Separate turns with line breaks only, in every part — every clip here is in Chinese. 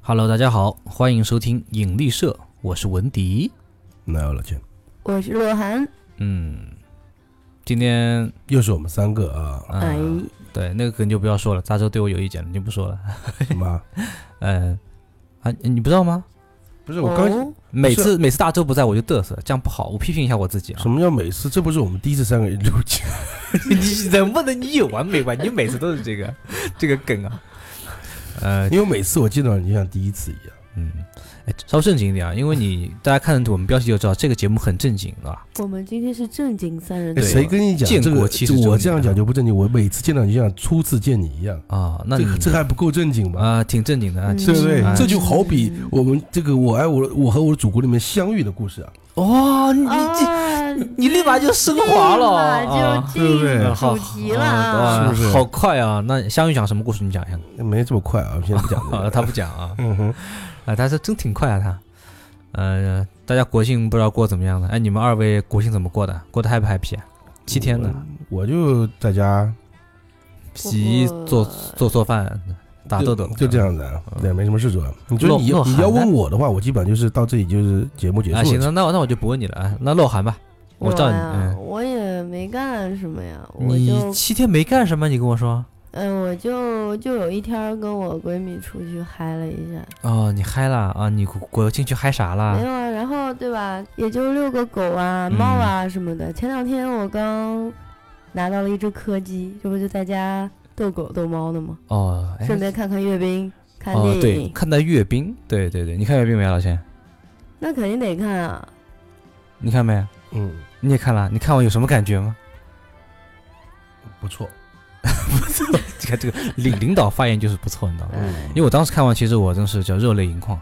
Hello，大家好，欢迎收听引力社，我是文迪。
那有了，就
我是洛涵，
嗯，今天
又是我们三个 啊，
嗯、
哎，
对那个梗就不要说了，大周对我有意见了，你不说了。
什么？
嗯，啊，你不知道吗？
不是我刚
哦
每次每次大周不在我就嘚瑟，这样不好，我批评一下我自己啊
什。么叫每次？这不是我们第一次三个人录节 目，
你能不能你有完没完？你每次都是这个 这个梗啊。呃，
因为每次我见到你就像第一次一样。
嗯，哎，稍微正经一点啊，因为你大家看我们标题就知道这个节目很正经啊。
我们今天是正经三人组，
哎
嗯对
谁跟你讲
建
这
国
个
70？
我
周
这
年
样讲就不正经。我每次见到你就像初次见你一样，
啊，那
这
你
个这还不够正经吗？
啊、挺正经的啊，
嗯
其
对不对
嗯？
这就好比我们这个《我爱我的我和我的祖国》里面相遇的故事啊，
哇、哦你这
啊，
哎你你立马就升华了啊
立马就
对不对
进
嗯好
主题了
啊
啊，
是不是
好快啊！那相遇讲什么故事？你讲一下。
没这么快啊，我先 不讲这
啊
个。
他不讲啊，
嗯哼，
啊，他是真挺快啊，他。呃，大家国庆不知道过怎么样的？哎，你们二位国庆怎么过的？过得 happy happy？啊七天呢，
我就在家
洗衣
我
做做做饭，打嗯
就
豆豆，
就这。样子啊，对，没什么事做。你说
落
你
落
要
寒
你要
呢
问我的话，我基本上就是到这里就是节目结
啊，
束
行，
了。
那那我那我就不问你了啊，那洛涵吧，我知道你，
呀
啊
嗯，，
我也没干什么呀，我
你
就
七天没干什么？你跟我说，
嗯，我就就有一天儿跟我闺蜜出去嗨了一下，
哦，你嗨啦啊，你国国庆去嗨啥啦
没？有啊，然后对吧，也就遛个狗
嗯
啊、猫啊什么的。前两天我刚拿到了一只柯基，这不就在家逗狗逗猫呢吗？
哦，哎
顺便看看阅兵，看
哦，
电
对，
影，
看到阅兵，对对对，你看阅兵没有，啊老钱？
那肯定得看啊。
你看没？啊
嗯，
你也看了？你看完有什么感觉吗？
不错。
这个这个 领领导发言就是不错，你知道吗？
嗯
因为我当时看完，其实我真是叫热泪盈眶。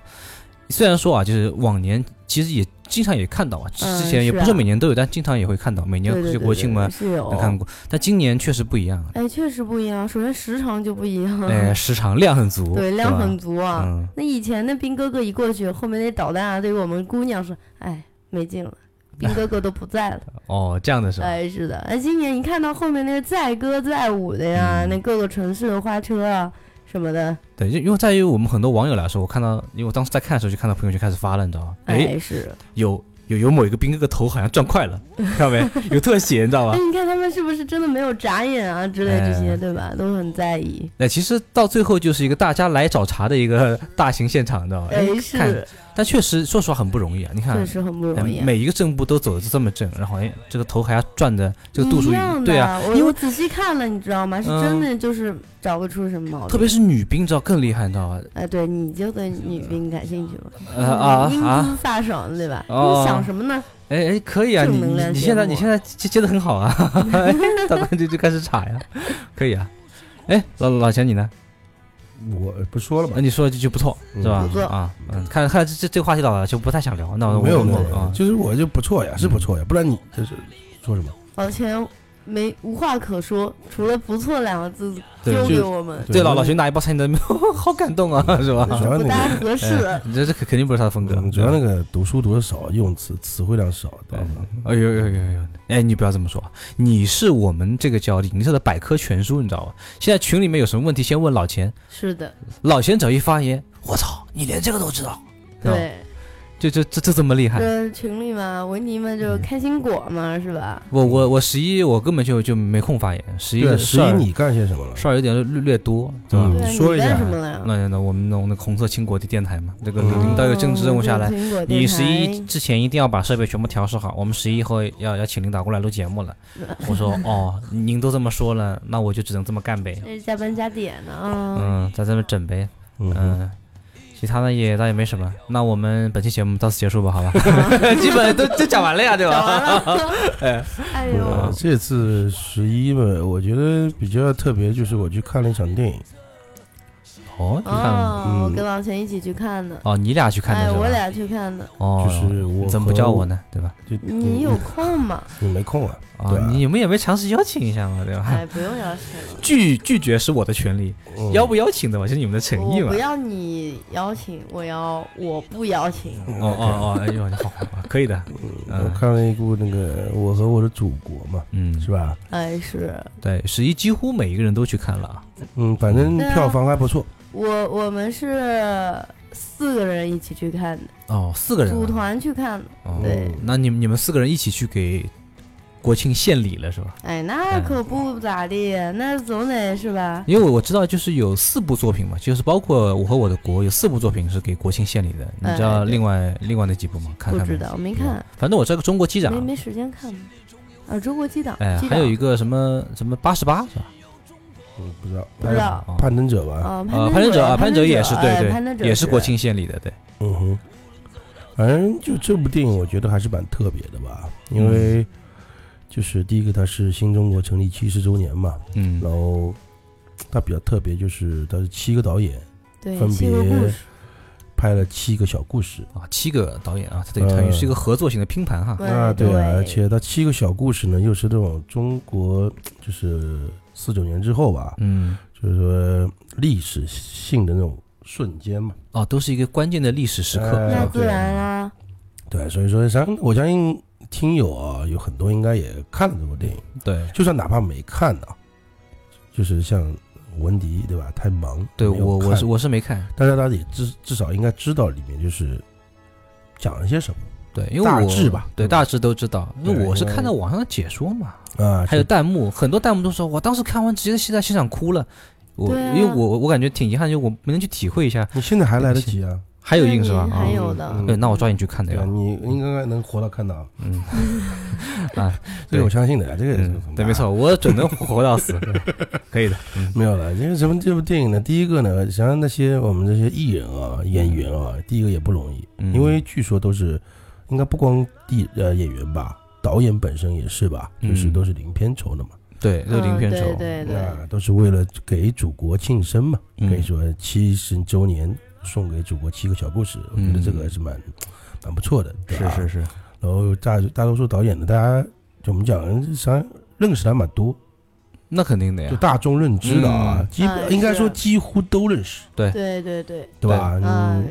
虽然说啊，就是往年其实也经常也看到啊，之
嗯
之前也
是
不是
啊
每年都有，但经常也会看到，每年
对对
就
对
国庆嘛
对是有
能嗯看过，但今年确实不一样，
哎，确实不一样，首先时长就不一样，
哎，时长量很足，
嗯对，量很
足
足啊。
嗯，
那以前那兵哥哥一过去，后面那导弹啊，对于我们姑娘说，哎，没劲了。兵哥哥都不在了，
哦，这样的是吧？
哎，是的，哎，今年你看到后面那个载歌载舞的呀，
嗯
那各个城市的花车啊什么的，
对，因因为在于我们很多网友来说，我看到，因为我当时在看的时候就看到朋友圈开始发了，你知道吗？哎，
哎，是，
有有有某一个兵哥哥头好像撞快了，看到没？ 有特写，你知道吧
哎，？你看他们是不是真的没有眨眼啊之类这
哎
些，对吧？都很在意，
那哎其实到最后就是一个大家来找茬的一个大型现场，你知道吧？
哎，
看
是，
但确实说实话很不容易啊！你看
确，实很不
哎
容易啊。
每一个正步都走的这么正，然后哎，这个头还要转的这个度数
一样的，
对啊，
我
因为嗯
我仔细看了，你知道吗？是真的就是找不出什么毛病。
特别是女兵，你知道更厉害，你知道吧？
哎，对，你就对女兵感兴趣吗？
呃啊
嗯英
啊！
姿飒爽的，对吧？
哦
你想什么呢？
哎哎，可以啊！你
正能
你
量
你
节
现在
目
你现在接接的很好啊！ 哎大胆就就开始插呀，可以啊！哎，老老钱你呢？哎
我不说了吧
那，你说这就不错，是吧
不错？
啊，嗯，看看来这这这个话题到了就不太想聊，那我
没有
我
没有没
我
有，
啊，
就是我就不错呀，是不错呀，不然你这是说什么？
老钱没无话可说，除了“不错”两个字
对
丢
就
给我们，
对老老徐拿一包餐巾灯， 好感动啊，是吧？
主要
不
那
大
个
合适。
哎你这这肯肯定不是他的风格
嗯嗯，主要那个读书读的少，用词词汇量少，对吧
哎呦呦呦呦！呦！哎，你不要这么说，你是我们这个叫银社的百科全书，你知道吧？现在群里面有什么问题，先问老钱，
是的，
老钱只要一发言，我操，你连这个都知道，是吧，
对，
就就这这这么厉害。
这群里嘛，文迪嘛
嗯
就是开心果嘛，是吧？
我我我十一我根本就就没空发言，十一
对，
的
十
事儿
一你干些什么了？
事儿有点略略多，对吧？
嗯
对，
说一下
干什么了呀？
那那我们弄那红色轻果的电台嘛，这个
嗯
领导有政治任务下来
哦，苹果电
你十
台
一之前一定要把设备全部调试好，我们十一以后要要请领导过来录节目了。我说哦，您都这么说了，那我就只能这么干呗。
这是加班加点呢 啊！
嗯，在这边整呗。
嗯哼，
嗯，其他的也倒也没什么。那我们本期节目到此结束吧，好吧？基本都都讲完了呀，对
讲
吧？
完了， 哎
呃
啊
呦，
这次十一嘛，我觉得比较特别，就是我去看了一场电影，
哦，你看
哦，我
嗯
跟老钱一起去看的，
哦，你俩去看的
哎，
是吧？
我俩去看的。
哦，
就是我
你怎么不叫
和
我呢？对吧？
就
你有空吗？
你没空啊？
啊
对，啊
你们也没尝试邀请一下嘛，对吧？
哎，不用邀请了，
拒拒绝是我的权利，
嗯
邀不邀请的嘛，就是你们的诚意
我
嘛
不。要你邀请，我要我不邀请。
哦哦哦，哎呦，你好，好好可以的，
我看了一部那个《我和我的祖国》嘛，
嗯，
是吧？
哎，是
对，十一几乎每一个人都去看了啊。
嗯，反正
对啊
票房还不错，
我我们是四个人一起去看的，
哦，四个人、啊，
组团去看的。
哦，
对
嗯
那你们你们四个人一起去给国庆献礼了是吧？
哎，那可不咋地，那总得是吧？
因为我我知道，就是有四部作品嘛，就是包括《我和我的国》有四部作品是给国庆献礼的，你知道
哎对
另外另外那几部吗？看
不
看没
知道，没看，
反正我这个中国机
没
长，
没时间看。啊，中国机长，
哎，
机
还
长
有一个什么什么八十八是吧？
嗯，不知道，
不知道
哦
攀登者吧，
哦，
呃，
攀
攀者啊，
攀
攀者也是对
哎攀登者
对，也是国庆献礼的对。
嗯哼，反正就这部电影，我觉得还是蛮特别的吧，因为就是第一个，它是新中国成立七十周年嘛，
嗯
然后它比较特别，就是它是七个导演
对
分
七
别
个故事，
拍了七个小故事。
啊，七个导演啊，它等于等于是一个合作型的拼盘哈。
啊，对
对，
啊，而且它七个小故事呢，又是这种中国，就是四九年之后吧，
嗯，
就是说历史性的那种瞬间嘛。
哦，都是一个关键的历史时刻。
哎
那
对
自然啊啦，
对，所以说，相我相信听友啊，有很多应该也看了这部电影，
对
就算哪怕没看呢、就是像文迪对吧？太忙，
对，
没有
我我
看
是，我是没看，
但是大家也至至少应该知道里面就是讲了些什么
对，因为
大
我
致吧
对
嗯
大致都知道，因为
对
我是
因为
看到网上的解说嘛，
啊，
还有
是
弹幕，很多弹幕都说，我当时看完直接现在现场哭了。我、
对啊
因为我我感觉挺遗憾，就我没能去体会一下，
你现在还来得及啊，
还有映是吧？
还
啊
有的，
嗯
对，那我抓紧去看的
对啊，
呀。
你应该能活到看到，
嗯，啊
这个我相信的呀，这个也是
嗯，对，没，错，我准能活到 死，对可以的。嗯
没有了。因为什么这部电影呢？第一个呢，想想那些我们这些艺人啊、演员啊，第一个也不容易，
嗯
因为据说都是，应该不光地呃演员吧，导演本身也是吧，
嗯
就是都是零片酬的嘛，
对，都是零
嗯
片酬，
对对对，
那都是为了给祖国庆生嘛，
嗯
可以说七十周年送给祖国七个小故事，我觉得
嗯
这个还是蛮蛮不错的，对
是
吧
是。是，
然后大大多数导演呢，大家就我们讲，实际上认识的还蛮多，
那肯定的
就
呀。
大众认知的啊
嗯，
基
啊
应该
是
说几乎都认识，
对对对，
对吧？你
嗯，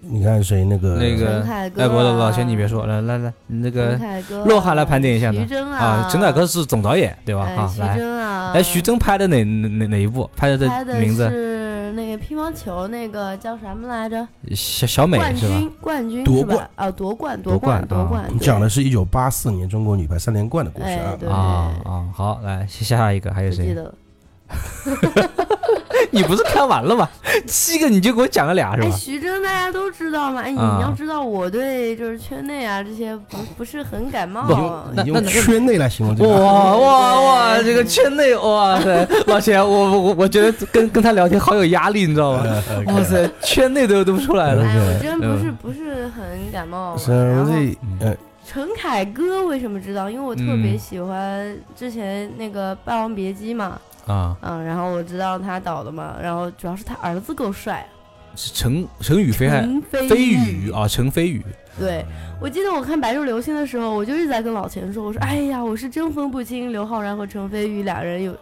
你看谁那个
那个
陈凯歌
哎，
啊，
不，老老钱，你别说，来来来，你那
陈
个
凯歌，啊
落下来盘点一下
徐
呢。
峥
啊，陈凯歌是总导演对吧？
哎，
啊，
徐
来，
峥啊，
哎，徐峥拍的哪哪哪哪一部？拍的
拍
这
的
名字
是那个乒乓球那个叫什么来着？
小小美
冠
是吧？
军，冠军
夺
是吧
冠
啊，夺冠，
夺
冠，
冠
夺
啊
冠，
你
对
讲的是一九八四年中国女排三连冠的故事
哎
啊，
对
啊啊，好，来下下一个还有
不记
谁？
得了。
你不是看完了吗？七个你就给我讲了俩是
哎，
吧？
徐峥大家都知道嘛，哎，你
啊
要知道我对就是圈内啊这些不不是很感冒
你
啊
用。
哦那
你用
那哦
圈内来形容这 个，
哇哇哇！
哎对
这个圈内哇塞，老钱，我我我我觉得跟跟他聊天好有压力，你知道吗？哇塞，圈内都都不出来了。
哎，我
对
真不是
嗯
不是很感
哦
冒嘛。啊
虽
然
然
后
这呃
陈凯歌为什么知道？因为我特
嗯
别喜欢之前那个《霸王别姬》嘛，
啊，
嗯，然后我知道他导的嘛，然后主要是他儿子够帅，
是陈陈宇飞还
陈飞
飞宇啊，陈飞宇嗯
对，我记得我看《白日流星》的时候，我就一直在跟老钱说，我说：“哎呀，我是真分不清刘昊然和陈飞宇俩人有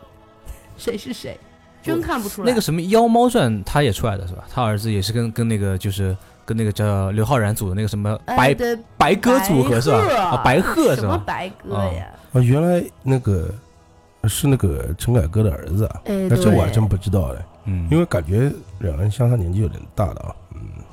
谁是谁，真看不出来。
那个什么《妖猫传》，他也出来的是吧？他儿子也是跟跟那个就是跟那个叫刘昊然组的那个什么
哎
白
对
白鸽组合是吧？
白鹤
啊，白鹤是
什么
吧？嗯
白鸽呀？
哦，原来那个是那个陈凯歌的儿子啊，
哎，
那这我还
对
真不知道嘞，
嗯，
因为感觉两人相差年纪有点大了啊，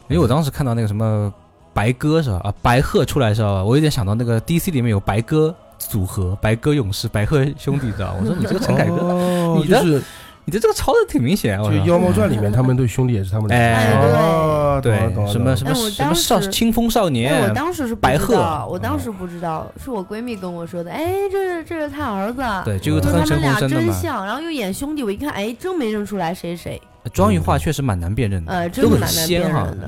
因为我当时看到那个什么白鸽是吧？啊，白鹤出来是吧？我有点想到那个 DC 里面有白鸽组合，白鸽勇士、白鹤兄弟，知 道吧？我说你这个陈凯歌，
哦
你的
就是
你的这个抄的挺明显啊，
就
我
《
说
妖猫传》里面他们对兄弟也是他们俩，
哎
哦，懂
对
了懂了
什么什么
哎我
什么
当时
少清风少
哎我
年，
当时是不
白
知
鹤
道，我当时不知道，是我闺蜜跟我说的。哎，这是这是他儿子，
对，就是
说
跟
他们
陈鸿
俩
生的
真
嘛。
像，然后又演兄弟，我一看，哎，真没认出来谁是谁。
妆与画确实蛮难辨认的，
呃真的
都很
蛮难
鲜
辨
哈
认的。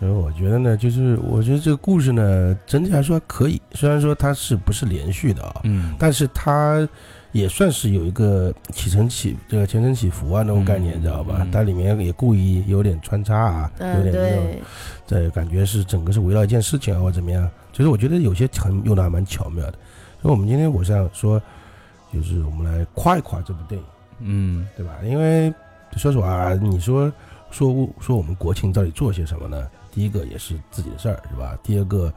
然哎后我觉得呢，就是我觉得这个故事呢，整体来说还可以，虽然说它是不是连续的啊，
嗯，
但是它也算是有一个起承起这个前程起伏啊那种概念，
嗯
你知道吧
嗯？
它里面也故意有点穿插啊，有
嗯，
点那种
对，
这感觉是整个是围绕一件事情啊或者怎么样，就是我觉得有些很用的还蛮巧妙的。所以我们今天我想说，就是我们来夸一夸这部电影，
嗯，
对吧？因为说实话，啊你说说说我们国庆到底做些什么呢？第一个也是自己的事儿，是吧？第二个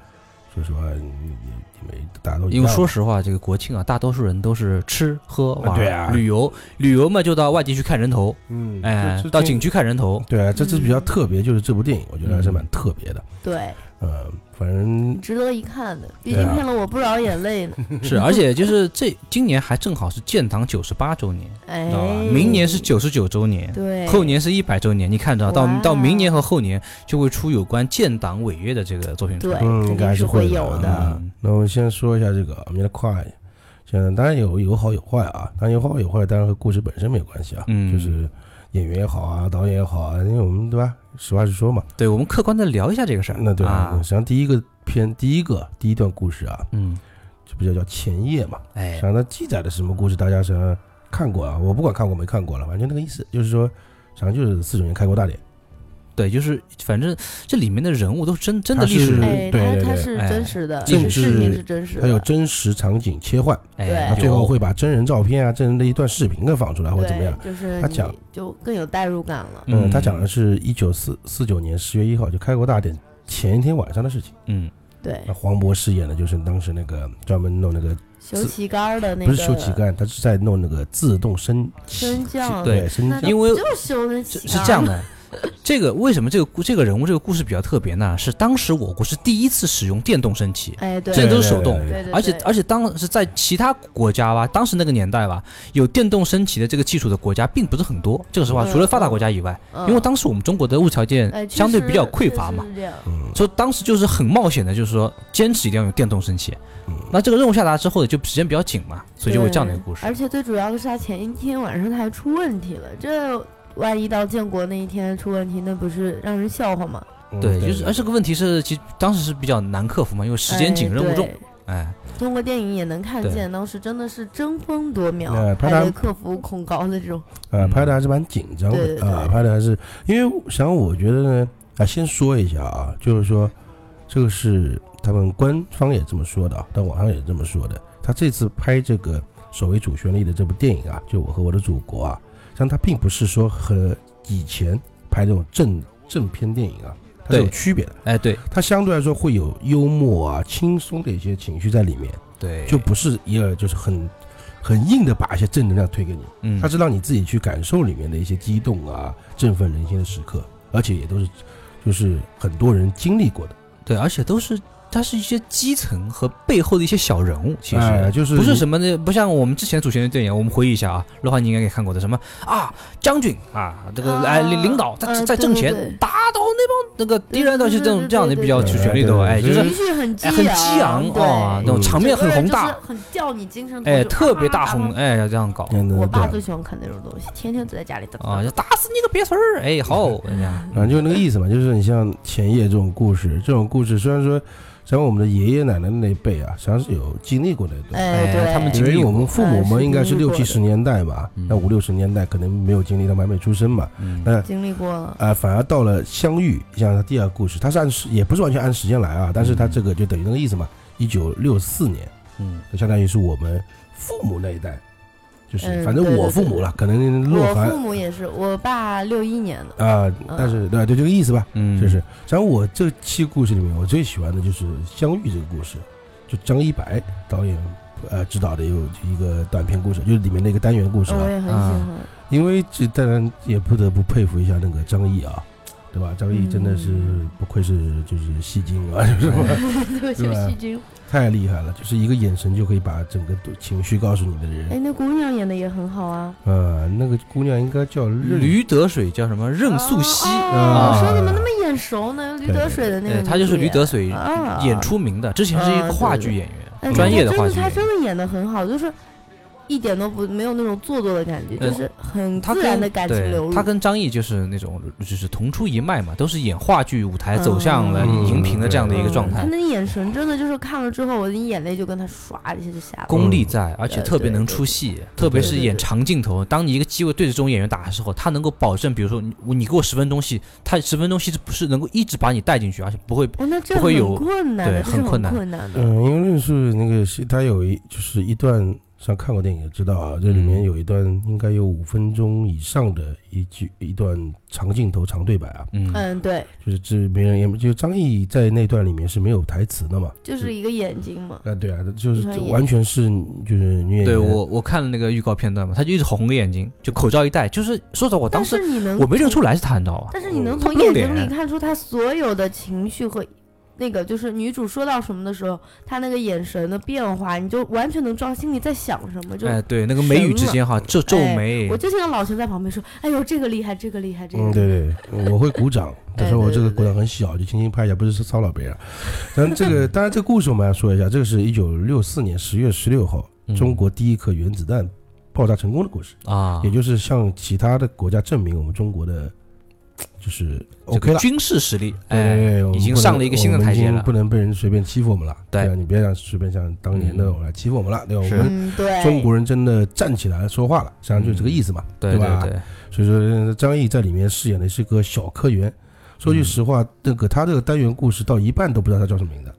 说实话，你你你们大家都一
因为
样
说实话，这个国庆啊，大多数人都是吃喝玩、
啊对啊
旅游，旅游嘛就到外地去看人头，
嗯，
哎
这，这
到景区看人头，
对啊，这这比较
嗯
特别，就是这部电影，我觉得还是蛮特别的。
对，
呃，反正
值得一看的，毕
对
竟
啊
骗了我不少眼泪呢。
是， 而且就是这今年还正好是建党九十八周年，
哎
知道吧？，明年是九十九周年，
对，
后年是一百周年，你看着到
哇
到明年和后年就会出有关建党违约的这个作品出
对
来。
嗯
肯
应该
定
还
是
是
会
会的
有的。哎
啊
嗯那我们先说一下这个《阿米的快》，现在当然有有好有坏啊，当然有好有坏，当然和故事本身没有关系啊，
嗯
就是演员也好啊，导演也好啊，因为我们对吧，实话实说嘛，
对，我们客观的聊一下这个事儿。
那对吧？
啊
实，际上第一个片第一个第一段故事啊，
嗯，
就比较叫前夜嘛，
哎
实际，上它记载的是什么故事，大家实际上看过啊，我不管看过没看过了，反正就那个意思，就是说，实际上就是四九年开国大典，
对，就是反正这里面的人物都是真真的
他是
历史人物，
哎，
嗯对对
它它
对
是
哎
真实的，
政
这事情
治
是真实
它有
的，
真实场景切换，
哎，
它
对
最后
有
会把真人照片啊、真人的一段视频给放出来或者怎么样
对，。就是
他
你
讲
就更有代入感了。
嗯，他讲的，是一九四四九年十月一号就开国大典前一天晚上的事情。
嗯，
对
那，黄渤饰演的就是当时那个专门弄那个，
修旗杆的那
不
个
是修旗杆，他是在弄那个自动升
升降，
对
升
那
降。
因为
就修那
是
旗
是
杆
这样，的。这个为什么这个故这个人物这个故事比较特别呢？是当时我国是第一次使用电动升旗，
哎，对，
这
对
都
对
是手动
对
对
对
对，
而且
对
而且当时在其他国家吧，当时那个年代吧，有电动升旗的这个技术的国家并不是很多。这个实话，
嗯
除了发达国家以外，
嗯
因为当时我们中国的物条
哎
件
确
相对比较
实
匮
确
乏
实
嘛，
是这样
嗯
所以当时就是很冒险的，就是说坚持一定要用电动升旗。
嗯，
那这个任务下达之后呢，就时间比较紧嘛，所以就会这样的一个故事
对。而且最主要的是，他前一天晚上他还出问题了，这万一到建国那一天出问题，那不是让人笑话吗？
嗯
对，就是而这个问题是，其实当时是比较难克服嘛，因为时间紧，
哎
任务重，
对
哎，
通过电影也能看
对
见，当时真的是争分夺秒，
哎拍
还
他
得克服恐高的这种。
呃拍的还是蛮紧张
嗯对对
的
对
啊，拍的还是因为实际上我觉得呢啊，先说一下啊，就是说这个是他们官方也这么说的啊，但网上也这么说的。他这次拍这个所谓主旋律的这部电影啊，就《我和我的祖国》啊，实际上它并不是说和以前拍这种正正片电影啊，它是有
对
区别的。
哎，对
它相对来说会有幽默啊、轻松的一些情绪在里面，
对，
就不是一个就是很很硬的把一些正能量推给你，
嗯
它，是让你自己去感受里面的一些激动啊、振奋人心的时刻，而且也都是就是很多人经历过的。
对，而且都是它是一些基层和背后的一些小人物，其实。
哎就是
不是什
么
么的，不像我们之前主旋律电影，我们回忆一下啊，罗汉你应该也看过的，什么啊，将军啊，这个
啊
哎领领导在
呃
在
对
挣
对
钱
对，
打倒那帮那个敌人的，就这
对
种
对对
这样的
对
比较
对
主
对
旋律的
对，
哎，就
对
是
情绪很激
哎很激昂
对
哦，那种
嗯
场面很宏大，
很吊你精神头，
哎，
就
特别
啊
大
啊
宏，哎，要这样搞
真的
我
对啊
爸最喜欢看那种东西，天天就在家里打
啊，就打死你个瘪孙儿，哎，好，哎呀
反啊正就是那个意思嘛，就是你像前夜这种故事，这种故事虽然说，像我们的爷爷奶奶那一辈啊，实际上是有经历过的，对吧
哎
哎，对，
他们
因
经历
为
过
我们父母们应该是六七十年代吧
嗯，
那五六十年代可能没有经历，他们还没出生嘛。
嗯
那
经历过了，
呃，反而到了相遇，像他第二个故事，他是按时也不是完全按时间来啊，但是他这个就等于那个意思嘛。一九六四年，
嗯，
就相当于是我们父母那一代，就是
嗯
反正
对
我
对
父母了，可能
我
洛
父
凡
母嗯也是，我爸六一年的，
啊，但是对吧，就这个意思吧。
嗯，
就是，然后我这七个故事里面，我最喜欢的就是相遇这个故事，就张一白导演呃指导的有一个短片故事，就是里面那个单元故事啊
我。也很喜欢。
因为这当然也不得不佩服一下那个张译啊，对吧？张译真的是
嗯
不愧是就是戏精啊， 就是吧
对，
是吧
小细菌。
太厉害了，就是一个眼神就可以把整个情绪告诉你的
哎，
人。
那姑娘演的也很好啊。
呃，那个姑娘应该叫任
驴得水叫什么任素汐，
哦
啊
我说怎么那么眼熟呢？驴得水的那
哎，
个，
他就是驴得。水
啊，
演出名的，之前是一个
啊
话
对
剧
对
演员，
哎
专业的
她真的
话剧演
她
员。
真的演的很好，就是一点都不没有那种做作的感觉，
呃
就是很
他
自然
跟
的感
对
情流露。
他跟张译就是那种就是同出一脉嘛，都是演话剧舞台走向了
嗯
荧屏的这样的一个状
嗯
态
她，那眼神真的就是看了之后，我的眼泪就跟她唰一下就下来了。
功力在，而且
对
特别
对
能
对
出戏，特别是演长镜头。当你一个机位对着这种演员打的时候，他能够保证，比如说你你给我十分钟戏，他十分钟戏是不是能够一直把你带进去，而且不会
哦，那这
不会有
很困难的，
对
这
很
是很
困难
嗯
困难的。
嗯，因为论述那个戏，他有一就是一段像看过电影也知道啊，这里面
嗯
有一段应该有五分钟以上的一句一段长镜头长对白啊，
嗯，
嗯，对，
就是这没人演，就张译在那段里面是没有台词的嘛。
嗯
就是一个眼睛嘛。
啊，对啊，就是
没有
这
演
完全是就是女演员。
对我我看了那个预告片段嘛，他就一直红个眼睛，就口罩一戴，就是说实话，我当
但
时
是你能，
我没认出来是他，你知道吧？
但是你能
他
从
不露
眼睛里
脸啊
看出他所有的情绪和那个，就是女主说到什么的时候，他那个眼神的变化，你就完全能知道心里在想什么。就、哎
哎，对，那个眉宇之间哈，皱皱眉
我，就听到老陈在旁边说：“哎呦，这个厉害，这个厉害，这个。
嗯，对对，我会鼓掌，但是我这个鼓掌很小，就轻轻拍一下，不是骚扰别人。但这个，当然这个故事我们要说一下，这个是一九六四年十月十六号，
嗯
中国第一颗原子弹爆炸成功的故事，
啊
也，就是向其他的国家证明我们中国的就是
这
OK
个
了。
军事实力，
对对
哎
对，我，们
已经
不能
上了一个新的台阶
我们已
了
经不。能被人随便欺负我们了。
对嗯
啊，你别让随便像当年那种来欺负我们了，对吧？
是
我们
嗯，对，
中国人真的站起来说话了，实际上就是这个意思嘛，
对
吧？
对对，
所以说张译在里面饰演的是个小科员。说句实话，那个他这个单元故事到一半都不知道他叫什么名字，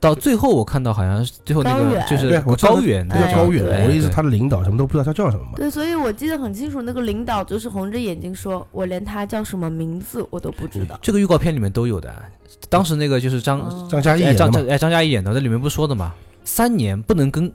到最后我看到好像是最后那
高
个
远
就是
对我知道
高远，
不
哎
叫高远。
对
我的意思，他的领导什么都不知道他叫什么嘛。
对，所以我记得很清楚，那个领导就是红着眼睛说：“我连他叫什么名字我都不知道。
这个预告片里面都有的。当时那个就是张
嗯
张嘉译
哎
演的
张
嘛
张，哎张嘉译演的，那里面不是说的嘛，三年不能跟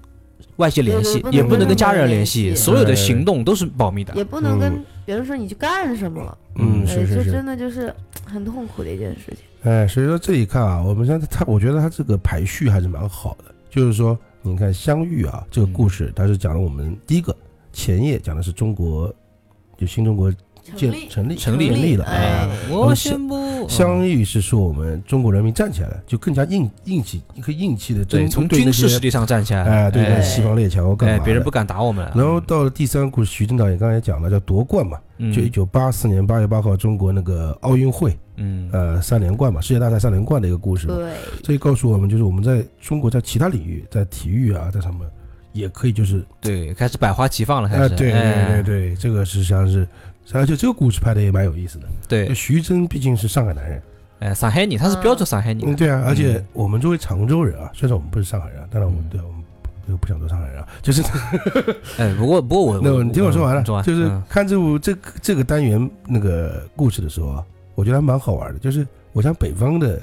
外界联系
对，对
也
不
不能
能跟
跟家
人
人联
联
系，
系
所有
对
的
对
行动都是保密的。
也不能
嗯
跟别人说你去干什么了，
嗯，
哎，
是是
这
是，
真的就是很痛苦的一件事情。
哎，所以说这一看啊，我们现在他，我觉得他这个排序还是蛮好的，就是说，你看《相遇》啊，这个故事，它是讲了我们第一个前夜讲的是中国，就新中国建成立
成
立
立
成立了
哎
啊。
我宣布，
相遇是说我们中国人民站起来了，就更加硬硬气，一个硬气的
对
针
从
对那
军
些
事实力上站起来，
哎，对那
哎
西方列强干嘛
哎，
的
别人不。敢打我们了。
然后到了第三个故事，徐峥导演刚才讲了叫夺冠嘛，
嗯
就一九八四年八月八号中国那个奥运会，
嗯
呃，三连冠嘛，世界大赛三连冠的一个故事嘛。
对，
这告诉我们，就是我们在中国在其他领域，在体育啊，在什么也可以，就是
对，开始百花齐放了，
啊、
开始
对对
哎
对对，这个实际上是，而且这个故事拍的也蛮有意思的。
对，
徐峥毕竟是上海男人，
哎，上海你他是标准上海你
嗯，，对啊，而且
嗯
我们作为常州人啊，虽然我们不是上海人啊，但是我们
嗯
对我们不不想做上海人啊， 就是
哎，不过不过我
那我你听我说完了
嗯，完
就是
嗯
看这部这个这个单元那个故事的时候啊，我觉得还蛮好玩的。就是我想北方的，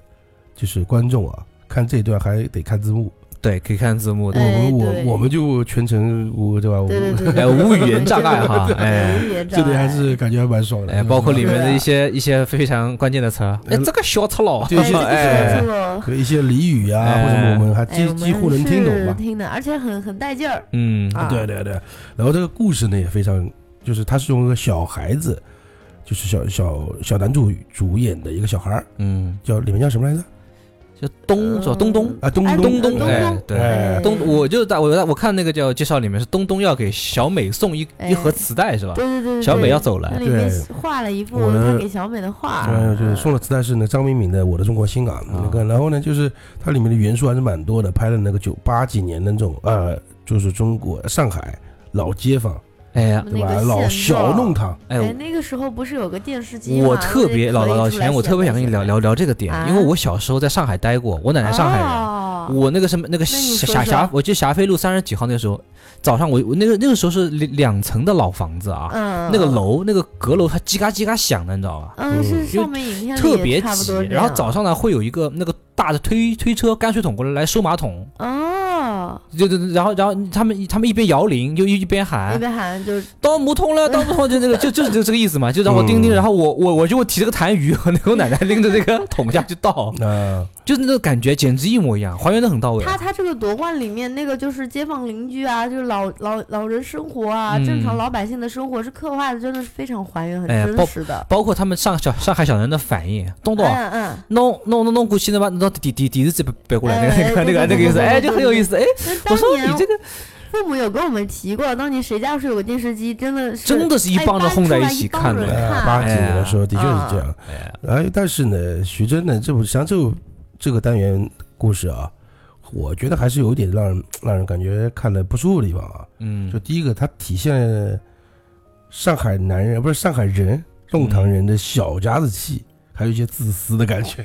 就是观众啊，看这段还得看字幕，啊
对，可以看字幕
我
哎
的，
们
对
我我们就全程我对吧？我
对对对
哎，
对，
无语言障碍哈，哎。
无语言障
这
碍，
里还是感觉还蛮爽的。
哎，包括里面
是
的
啊
嗯
一些一些非常关键的词儿，哎，这个小赤佬，
对
哎，这个
哎
是，错。
有一些俚语啊，
哎
或者我们还
哎
几几乎能听懂吧？
听的，而且很很带劲儿。
嗯，
啊
对对对。然后这个故事呢也非常，就是他是用一个小孩子，就是小小小男主主演的一个小孩儿，
嗯，
叫里面叫什么来着？
就
嗯
东是吧？东东，
啊，东
哎
东
东
东
东，哎，对，
哎
东，我就在我在我看那个叫介绍里面是东东要给小美送一
哎
一盒磁带是吧？
对对对对，
小美
对嗯
要走
那
了，
里面
对
画了一幅
我
他给小美的画，
对，哎就是送了磁带是那张明敏的《我的中国心》啊，那个，然后呢，就是它里面的元素还是蛮多的，拍了那个九八几年的那种，呃，就是中国上海老街坊，
哎呀，
对
那
吧？
个
老小弄。堂，
哎，
哎，
我
那个时候不是有个电视机吗？
我特别老老老钱，我特别想跟你聊聊聊这个点，因为
啊
我小时候在上海待过，我奶奶上海人。
人
我那个什么那个
那你
霞
说
霞霞
说，
我记得霞飞路三十几号那时候，早上我我那个那个时候是两两层的老房子啊，
嗯，
那个，楼那个阁楼它叽嘎叽嘎响的，你知道吧？
嗯，
嗯
是上面影片里
特别
也差不
挤
多，这
然后
样
早上呢会有一个那个大的推推车泔水桶过来来收马桶，
哦，
就就然后然后他们他们一边摇铃就一一边
那
喊
边喊就是
倒木桶了倒木桶，就那个就就就这个意思嘛，就让我叮叮，
嗯
然后我我我就会提着个痰盂和那个我奶奶拎着这个桶下去 倒，
那
就是那个感觉简直一模一样，还原的很到位。啊
他他这个夺冠里面那个就是街坊邻居啊，就是老老老人生活啊，
嗯
正常老百姓的生活是刻画的，真的是非常还原，很
哎
真
包
实的。
包括他们上小上海小人的反应，东
嗯
啊东
嗯，
弄弄弄弄过去那把弄底底底子直接背过来，那个那个那个那个意思，哎，就很有意思，哎，
但
我说
当年
你这个。
父母有跟我们提过，当年谁家要是有个电视机，真的是哎
真的是一帮人轰在一起看的
哎搬出来一帮人看
呃八几年的时候的确是这样。
哎呀
哎，但是呢，徐峥呢，这部像这部这个单元故事啊，我觉得还是有点让人让人感觉看了不舒服的地方啊。
嗯
就，第一个，它体现上海男人不
嗯
是上海人弄堂人的小家子气，还有一些自私的感觉。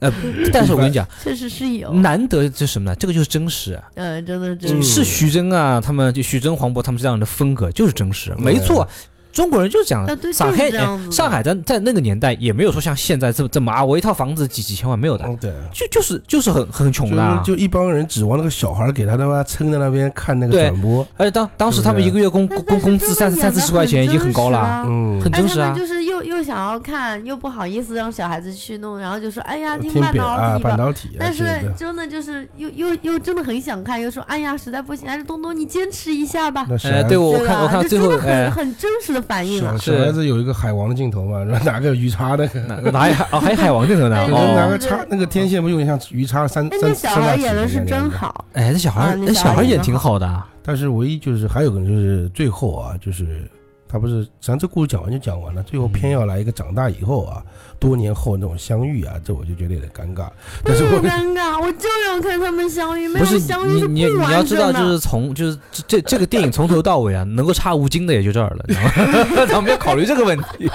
呃，但是我跟你讲，
确实是有，
难得这是什么呢？这个就是真实啊，
嗯，真的真
嗯
是
是徐峥啊，他们就徐峥、黄渤他们这样的风格就是真实，没错。中国人就是这样
啊，对，就
上
是
海
这
哎
样子的。
上海在在那个年代也没有说像现在这么这么啊，我一套房子几几千万没有的，
嗯对，
就就是就是很很穷的啊
就。就一帮人指望那个小孩给他他妈撑在那边看那个
对
转播，
而且当当时
是不是
他们一个月工
但
工工资三三四十块钱已经很高了
了。
啊，
嗯，
很
哎，
真
他
实
们
啊。
就是又又想要看，又不好意思让小孩子去弄，然后就说：“哎呀，听
天
半
表
导
啊，
体吧
半。导体啊，
但是
这个
真的就是又又又真的很想看，又说：“哎呀，实在不行，还是东东你坚持一下吧。
那小
呃，
孩
对
子
我我
对
看
吧
我看
就
最
真
后
的很
哎，
很真实的反应啊
小
了。
是
小孩子有一个海王的镜头嘛， 然后拿个鱼叉的，
哪哪有海哦还有海王镜头呢？
哎
就是拿
哦，
个叉，那个天线不有点像鱼叉三
但哎
三
那小
三大
孩
指
演的
那
是
样
真
子
好，
哎，这小孩
啊
儿
那
哎
小
小
孩
孩儿
演
演
得
挺
好
好的啊。
但是唯一就是还有个人就是最后啊，就是他不是，实际上这故事讲完就讲完了，最后偏要来一个长大以后啊，多年后那种相遇啊，这我就觉得有点尴
嗯
尬。 但是
特
我
尴尬。我就要看他们相遇，没有
不是
相遇
你你
不
你要
完
知
整
道，
的。
就是从就是这这这个电影从头到尾啊，能够插吴京的也就这儿了，你知道吗？咱 们要考虑这个问题。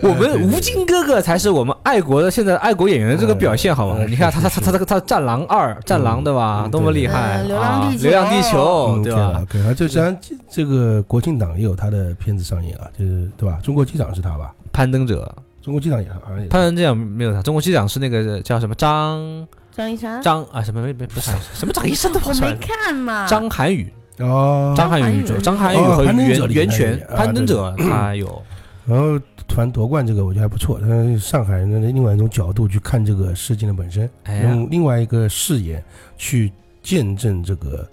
我
嗯
们吴京哥哥才是我们爱国的现在爱国演员的这个表现，好吧？
嗯
你看
是
他他他他他他《战狼二》《战狼》对吧？
嗯
多么厉害！
嗯流浪
啊
地球
流浪地球哦
嗯，
对
啊
吧？
对啊，就实际上这这个国庆档也有他的片子上映啊，就是对吧？中国机长是他吧？
攀登者，
中国机长也好像也是
攀登者没有他，中国机长是那个叫什么张
张一山，
张啊什么没没不是什么张医生都跑
我
出来
没
了。
看嘛。
张涵予，
哦，
张涵予宇宙，张涵予
哦
和
攀登者
袁
里
袁
面
泉
也，啊
攀登
对
者他有，
然后反正夺冠这个我觉得还不错，但是上海人的另外一种角度去看这个事件的本身，
哎呀，
用另外一个视野去见证这个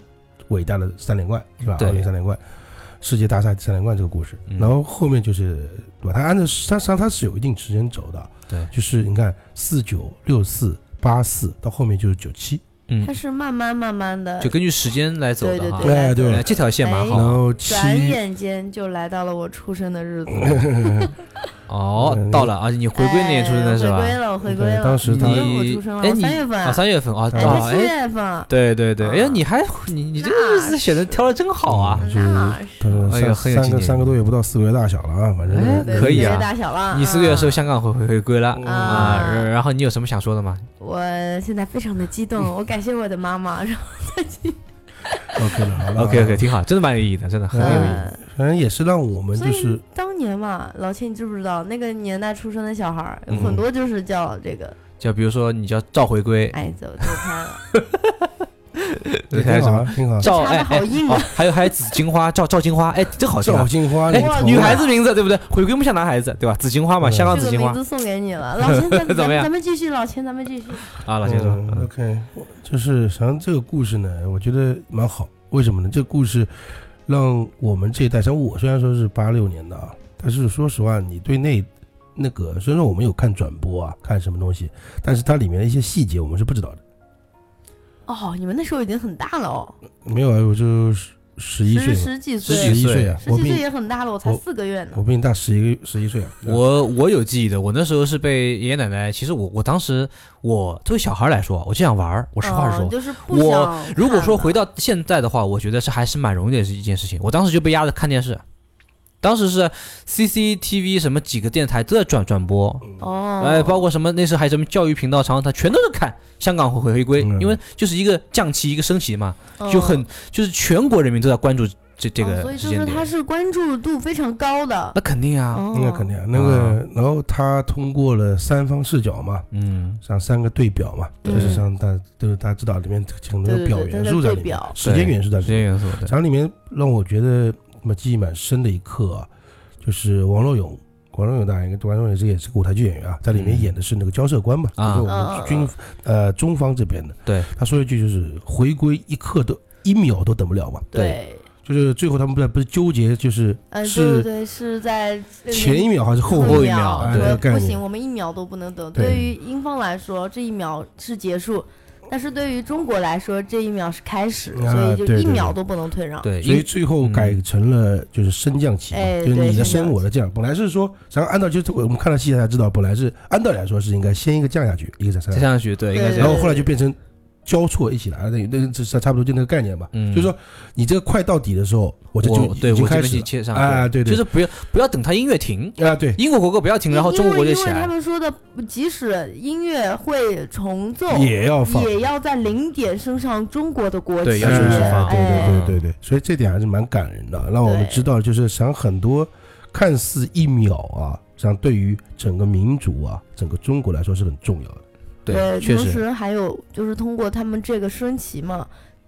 伟大的三连冠，是吧？
对
奥运三连冠，世界大赛三连冠这个故事。
嗯
然后后面就是，对吧？它按照它实际上它是有一定时间轴的，
对
就是你看四九六四八四到后面就是九七，
嗯
他，是慢慢慢慢的
就，根据时间来走的哈。
对
哎对
哎，，这条线蛮好。
然后七
转眼间就来到了我出生的日子。哎
哦，到了，而且你嗯回归那年出生的是吧
哎？我回归了，我回归了。
当时他
因为我
你
出生了
哎
我
你
三月份
啊，三月份啊，
哎，
哦
哦
他四
哎，
月份，
对对对，哎呀，
啊
你还你你这个日子选的挑的真好啊！
就是
那
他说
哎呀
呃三
很有
三
纪
个
念
三个多月不到四个月大小了啊，反正
哎
对
可以
世界
啊
大小了。
你四个月的时候，
啊，
香港回回回归了
嗯
啊，
啊
然然后你有什么想说的吗？
我现在非常的激动，我感谢我的妈妈。然后
OK 了，好了
OK OK，
好了
挺好，真的蛮有意义的，真的很有意义。
嗯
反正也是让我们
所
就是
以当年嘛，老千，你知不知道那个年代出生的小孩儿，有
嗯
很多就是叫这个
就比如说你叫赵回归，
哎，走走开了，
对
挺
还有什
好
么
啊，挺好啊。
赵
插得
哎哎
好硬啊
哦，还有还有紫金花，赵赵金花，哎，真好听
赵
啊！
金花，
哎
你头，
女
啊
孩子名字对不对？回归不像男孩子对吧？紫金花嘛，
嗯
香港
这
紫
个
金
名
啊花
字送给你 了。老千，咱
怎么
咱
样
咱们继续，老千，咱们继续。
啊，老先生
嗯 OK，就是实际上这个故事呢，我觉得蛮好。为什么呢？这个故事让我们这一代，像我虽然说是八六年的啊，但是说实话，你对那那个虽然说我们有看转播啊，看什么东西，但是它里面的一些细节我们是不知道的。
哦，你们那时候已经很大了哦，
没有啊，我就十十一岁
十
嘛，
十几
十
岁，
十
几
一
岁
岁啊，
十
我
几
比
岁
你
也很大了，我才
我
四个月呢
我。比你大十一十一岁啊。
我我有记忆的，我那时候是被爷爷奶奶。其实我我当时我作为小孩来说，我就想玩儿，我实话实
哦
说。
就是不
我
想看
如果说
了
回到现在的话，我觉得是还是蛮容易的一件事情。我当时就被压着看电
嗯
视，当时是 CCTV 什么几个电台都在转转播，
哦，
哎，包括什么那时候还有什么教育频道、长安台，全都是看香港回回归，
嗯
因为就是一个降旗一个升旗嘛，就很就是全国人民都在关注这这
哦
个
嗯所以
时
就是
间
他
点。
是关注度非常高的。
那肯定啊，
哦，
那肯定啊，那个，然后他通过了三方视角嘛，
嗯，
像三个对表嘛，
嗯
就是像大都是大家知道里面很多
对
的
对
表
嗯对，
元
在
素在
对
里面，
表，
时间元素在
时
里
间
面。
元素对
嗯
然后里面让我觉得那么记忆蛮深的一刻啊、就是王若勇，王若勇大爷，王若勇这也是个舞台剧演员啊，在里面
嗯
演的是那个交涉官嘛，
啊
就是我们军呃中方这边的。
对，
他说一句就是回归一刻都一秒都等不了嘛，
对，
就是最后他们不是不是纠结就是
嗯，对对
是
对，是在
前一秒还是后
后一
一秒？
秒
哎
对
那个
对，
概
不
念
行，我们一秒都不能等。
对
对于英方来说，这一秒是结束，但是对于中国来说，这一秒是开始，
啊
所以就
对
一
对
秒
对
都不能退让。
对，
所以
因嗯
最后改成了就是升降旗嘛，
哎
就是
对
你
升
的升
降
我的降。本来是说，然后按照就是我们看到细节才知道，本来是按道理来说是应该先一个降下去，一个再
再
升，
上去对应该
对
是
然后后来就变成交错一起来的，那那这差不多就那个概念吧。
嗯
就是说你这个快到底的时候，我这就
我对
已经
我这
开
边
始
去
了
切上
啊，对对，
就是不要不要等它音乐停，
啊对，
英国国歌不要停，然后中国国
因为
就
因
起
为他
来。
们说的，即使音乐会重奏，
哦
也要放，
也要在零点升上中国的国旗。
对要
是
准时
是
放
对
哎
对对对对，所以这点还是蛮感人的，让我
对
们知道，就是想很多看似一秒啊，像对于整个民族啊，整个中国来说是很重要的。
对，确
同
实，
时还有就是通过他们这个升旗嘛，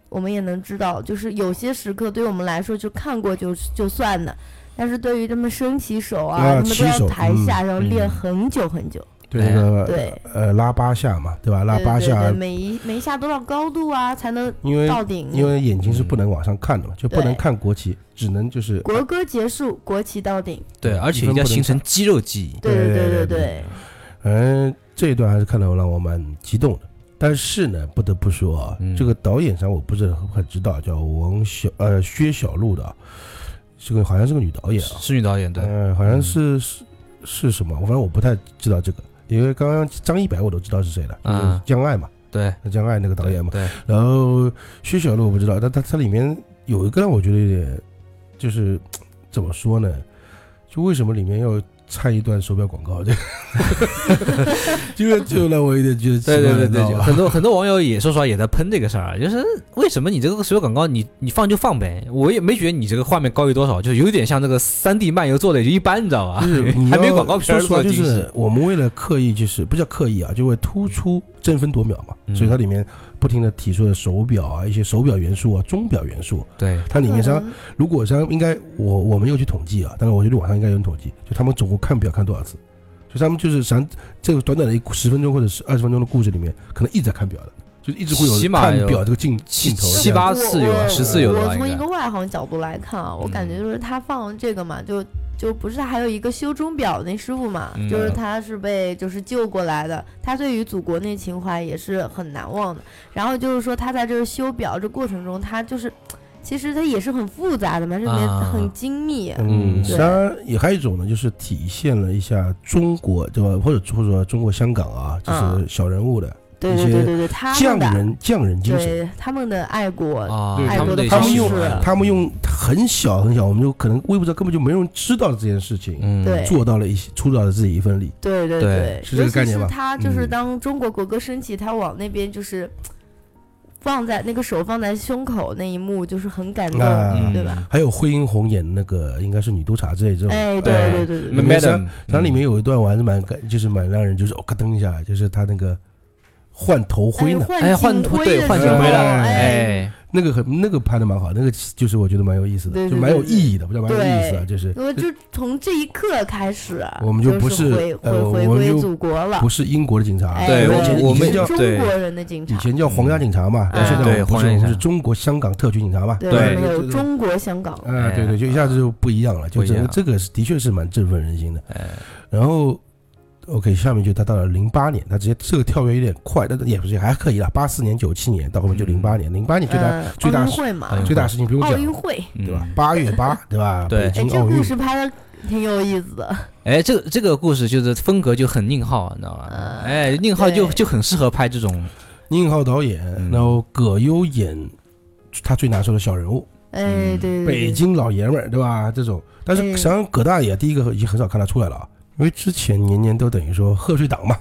我们也能知道，就是有些时刻对我们来说就看过就就算了，但是对于他们升旗手啊，
啊
他们
旗
都要
手
台
嗯
下，然后练
嗯
很久很久。
对
哎
那个
对
呃拉八下嘛，对吧？拉
对
八
对
下
对，每一每一下多少高度啊，才能
因为
到顶？
因为眼睛是不
嗯
能往上看的嘛，就不能
对
看国旗，只能就是
国歌结束，国旗到顶。
对，而且一定要形成肌肉记忆。
对
对
对
对
对
对反正呃这一段还是看得让我蛮激动的。但是呢，不得不说啊，
嗯
这个导演上我不是很知道，叫王小呃薛小璐的啊，是个好像是个女导演啊，
是女导演对，
嗯，好像是是是什么，反正我不太知道这个，因为刚刚张一白我都知道是谁了，就
嗯
是江爱嘛，
对，
江爱那个导演嘛，
对，
然后薛小璐我不知道，但他他里面有一个让我觉得有点，就是怎么说呢，就为什么里面要插一段手表广告？这 个，因为就让我有点觉得奇怪，
对对对
你知
对，
道
就
吧
很多很多网友也说实话也在喷这个事儿啊，就是为什么你这个所有广告你你放就放呗，我也没觉得你这个画面高于多少，就有点像那个三 D 漫游做的也就一般，你知道吧？
就是 你
还没
要
广告片
说
儿
实话，
做
就
精细
是我们为了刻意，就是不叫刻意啊，就为突出争分夺秒嘛，
嗯
所以它里面不停的提出了手表啊，一些手表元素啊，钟表元素，
对，
它里面
对
上如果像应该我我没有去统计啊，但是我觉得网上应该有人统计，就他们总共看表看多少次，就他们就是想这个短短的一十分钟或者是二十分钟的故事里面，可能一直在看表的，就是一直会
起
有
码
看
有
表这个镜
七
镜头
七
这样
八
我
次有吧啊
我
十次有的吧
我从
应该嗯
一个外行角度来看啊，我感觉就是他放这个嘛，就就不是还有一个修钟表那师傅嘛，
嗯
就是他是被就是救过来的，他对于祖国那情怀也是很难忘的。然后就是说他在这儿修表这过程中，他就是其实他也是很复杂的嘛，这里面
啊
很精密。
嗯，
嗯
实际上也还有一种呢，就是体现了一下中国对吧，或者或者说中国香港啊，就是
嗯
小人物的
对
一
对
些
对对对，他
匠
们的
人匠人精神。
对他们的爱国，
啊
对，
他们的一些
他们
习
用
惯啊
他们用很小很小，我们就可能微博上根本就没有人知道这件事情，
嗯
对
做到了一些出到了自己一份力。
对对
对
是这个
尤
概
其是
念吧
他就是
嗯
当中国国歌升起，他往那边就是放在那个手放在胸口那一幕，就是很感动，
啊
嗯
对吧？
还有惠英红演的那个应该是女督察之类这种，
哎，
哎
对对对对对，
？Madam，
它里面有一段我还是蛮感，就是蛮让人就是哦，咯噔一下，就是他那个换头
哎
盔呢，
哎
换
换
警徽
对
的
换
时
警
候
徽了
哎，
哎，
那个很那个拍的蛮好，那个就是我觉得蛮有意思的，
对对
就蛮有意义的，不叫蛮有意思啊，
对
就是
我就从这一刻开始，
我们就不是
是回
呃
回回
我们
归
就
祖国了
不，是英国的警察，
哎
对
以
我
前
我
以
们
前
是
叫
中
对
国人的警
以
察，
前叫皇家警察嘛，
嗯
但现在
对
我们不
皇
是
家
我
警察
们是中国香港特区警察嘛，
对，
对
我们有
对
中国香港，
啊，对
哎
对，就一下子就不一样了，就
不一
这个
样
这个是的确是蛮振奋人心的。
哎
然后，OK，下面就他到了零八年，他直接这个跳跃有点快，但是也不是还可以啦，八四年、九七年到后面就零八年，零八年最大、
嗯，
最大
奥运
是
会嘛，
嗯
最大事情不用
奥
讲
运
了，
会，
对吧
嗯？？
八月八，对吧？
对
北
哎，
京
这
嗯奥运
故，事拍的挺有意思的。
哎，这个这个故事就是风格就很宁浩，啊你知道吧？
呃
哎，宁浩就
对
就很适合拍这种，
宁浩导演，
嗯
然后葛优演他最拿手的小人物，
哎，对
嗯
对
北
对，
京老爷们儿，对吧？这种，但是
嗯
实际上葛大爷第一个已经很少看他出来了啊，因为之前年年都等于说贺岁档嘛，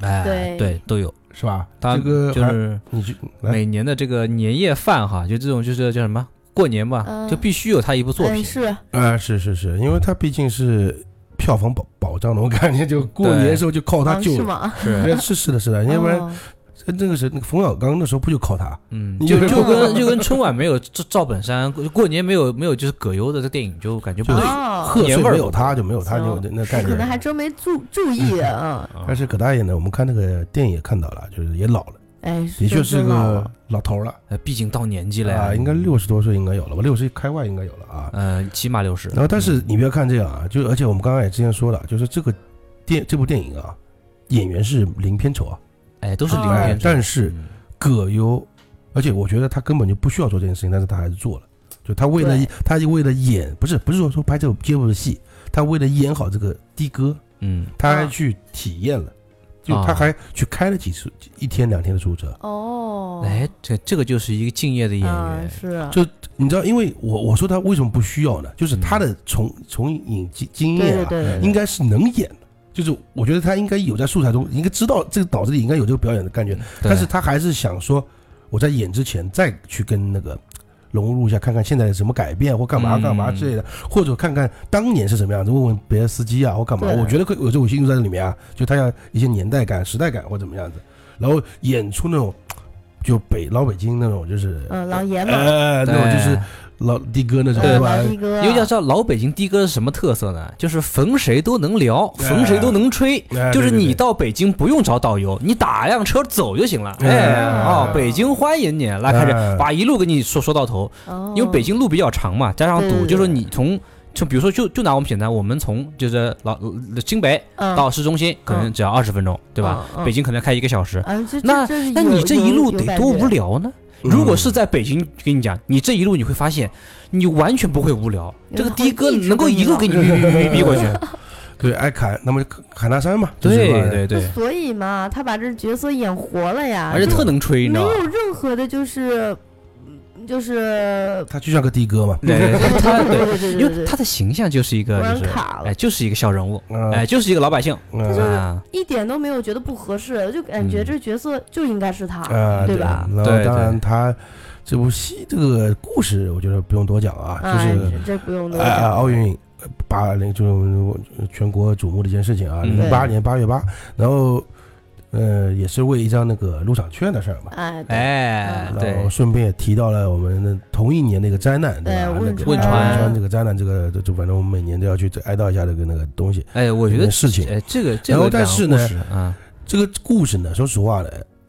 哎，
对
对，都有。
是吧？
他
这个
就
还
是
你去来。
每年的这个年夜饭哈，就这种就是叫什么过年嘛，
嗯
就必须有他一部作
嗯
品。
是，
啊，是是是，因为它毕竟是票房保保障的，我感觉就过年的时候就靠它
啊
救
是
了。
吗？
是，嗯
是是是的，是的，要不然
哦
那个是那个冯小刚那时候不就靠他？
嗯，
你
就
就
就跟
嗯
就跟春晚没有赵赵本山，过年没有没有就是葛优的这电影，就感觉不对。
哦，
贺岁
年味儿
没有他就没有他就
行
那概
可能还
念。
真没注注 意啊。
但是葛大爷呢，我们看那个电影也看到了，就是也老了，
哎，
的确是
真老了
个老头儿了
呃，毕竟到年纪了呀
啊，应该六十多岁应该有了吧，六十开外应该有了啊。
呃，起码六十。
然后，但是
嗯
你不要看这样啊，就而且我们刚刚也之前说了，就是这个电这部电影啊，演员是零片酬啊，
哎，都是零
哎
片酬，
但是
嗯
葛优，而且我觉得他根本就不需要做这件事情，但是他还是做了。就他为了
对
他为了演，不是不是说说拍这种接部的戏，他为了演好这个的哥，
嗯，
他还
啊
去体验了，就
啊
他还去开了几次一天两天的出租车，
哦，哦，
哎，这这个就是一个敬业的哎演
嗯，
员，
是，
就你知道，因为我我说他为什么不需要呢？就是他的从从影经经
嗯对
验
对
啊，
对，
应该是能演的。就是我觉得他应该有在素材中，应该知道这个脑子里应该有这个表演的感觉，
对
但是他还是想说，我在演之前再去跟那个融入一下，看看现在有什么改变或干嘛
嗯
干嘛之类的，或者看看当年是什么样子，问问别的司机啊或干嘛。
对
我觉得可有这种心入在这里面啊，就他要一些年代感、时代感或怎么样子，然后演出那种就北老北京那种，就是
嗯，老爷们儿，
呃那种就是老的哥那种，
对啊
对
嗯
吧
老？的哥，
因为要知道老北京的哥是什么特色呢？就是逢谁都能聊，
哎
逢谁都能吹。
哎
就是
对对
你
对
到北京不用找导游，你打辆车走就行了。
哎
哎，哦，
哎
北京欢迎你，来开
哎
始把一路给你说说到头。
哦，
因为北京路比较长嘛，加上
对
堵，
对
就说
嗯对
你从就比如说就就拿我们简单，我们从就是老新北
嗯
到市中心可能只要二十分钟，对吧？？
嗯
北，京可能要开一个小时，
嗯，啊这
那
这是
那
有
你这
有
一路
有
得
感
多
觉
无聊呢？
嗯
如果是在北京，跟你讲，你这一路你会发现，你完全不会无聊。
因为
这个
他
的哥
一直
能够
跟你
一路
聊
给你逼逼逼逼过 去。
对爱砍，那么就砍砍大山嘛，就是
对
吧
对对，
所以嘛，他把这角色演活了呀，
而且
就
特能吹，你知
没
道吧？
有任何的，就是嗯就是
他就像个的哥嘛，
对，对对他
对
对，
对对
因
对
为他的形象就是一个
突然
就是
卡了
哎，就是一个小人物，
嗯
哎，就是一个老百姓
嗯
就是
啊。
一点都没有觉得不合适，就感觉
嗯
这角色就应该是他，
啊，
对吧？
然
对
后当然
对
他这部戏这个故事，我觉得不用多讲啊，
啊，
就是
这这不用多
啊啊
讲，
奥运呃八那就是全国瞩目的一件事情啊，
嗯
零八年八月八，然后呃也是为一张那个入场券的事儿嘛。
哎，对
哎，
然后
对，
顺便也提到了我们的同一年那个灾难，
对
吧？
汶
那个
川
汶川这个灾难，这个就反正我们每年都要去哀悼一下这个那个东西。
哎，我
我
觉得
事情，
哎，这个这
然
个
后
讲
但是呢
故事啊，
这个故事呢，说实话呢，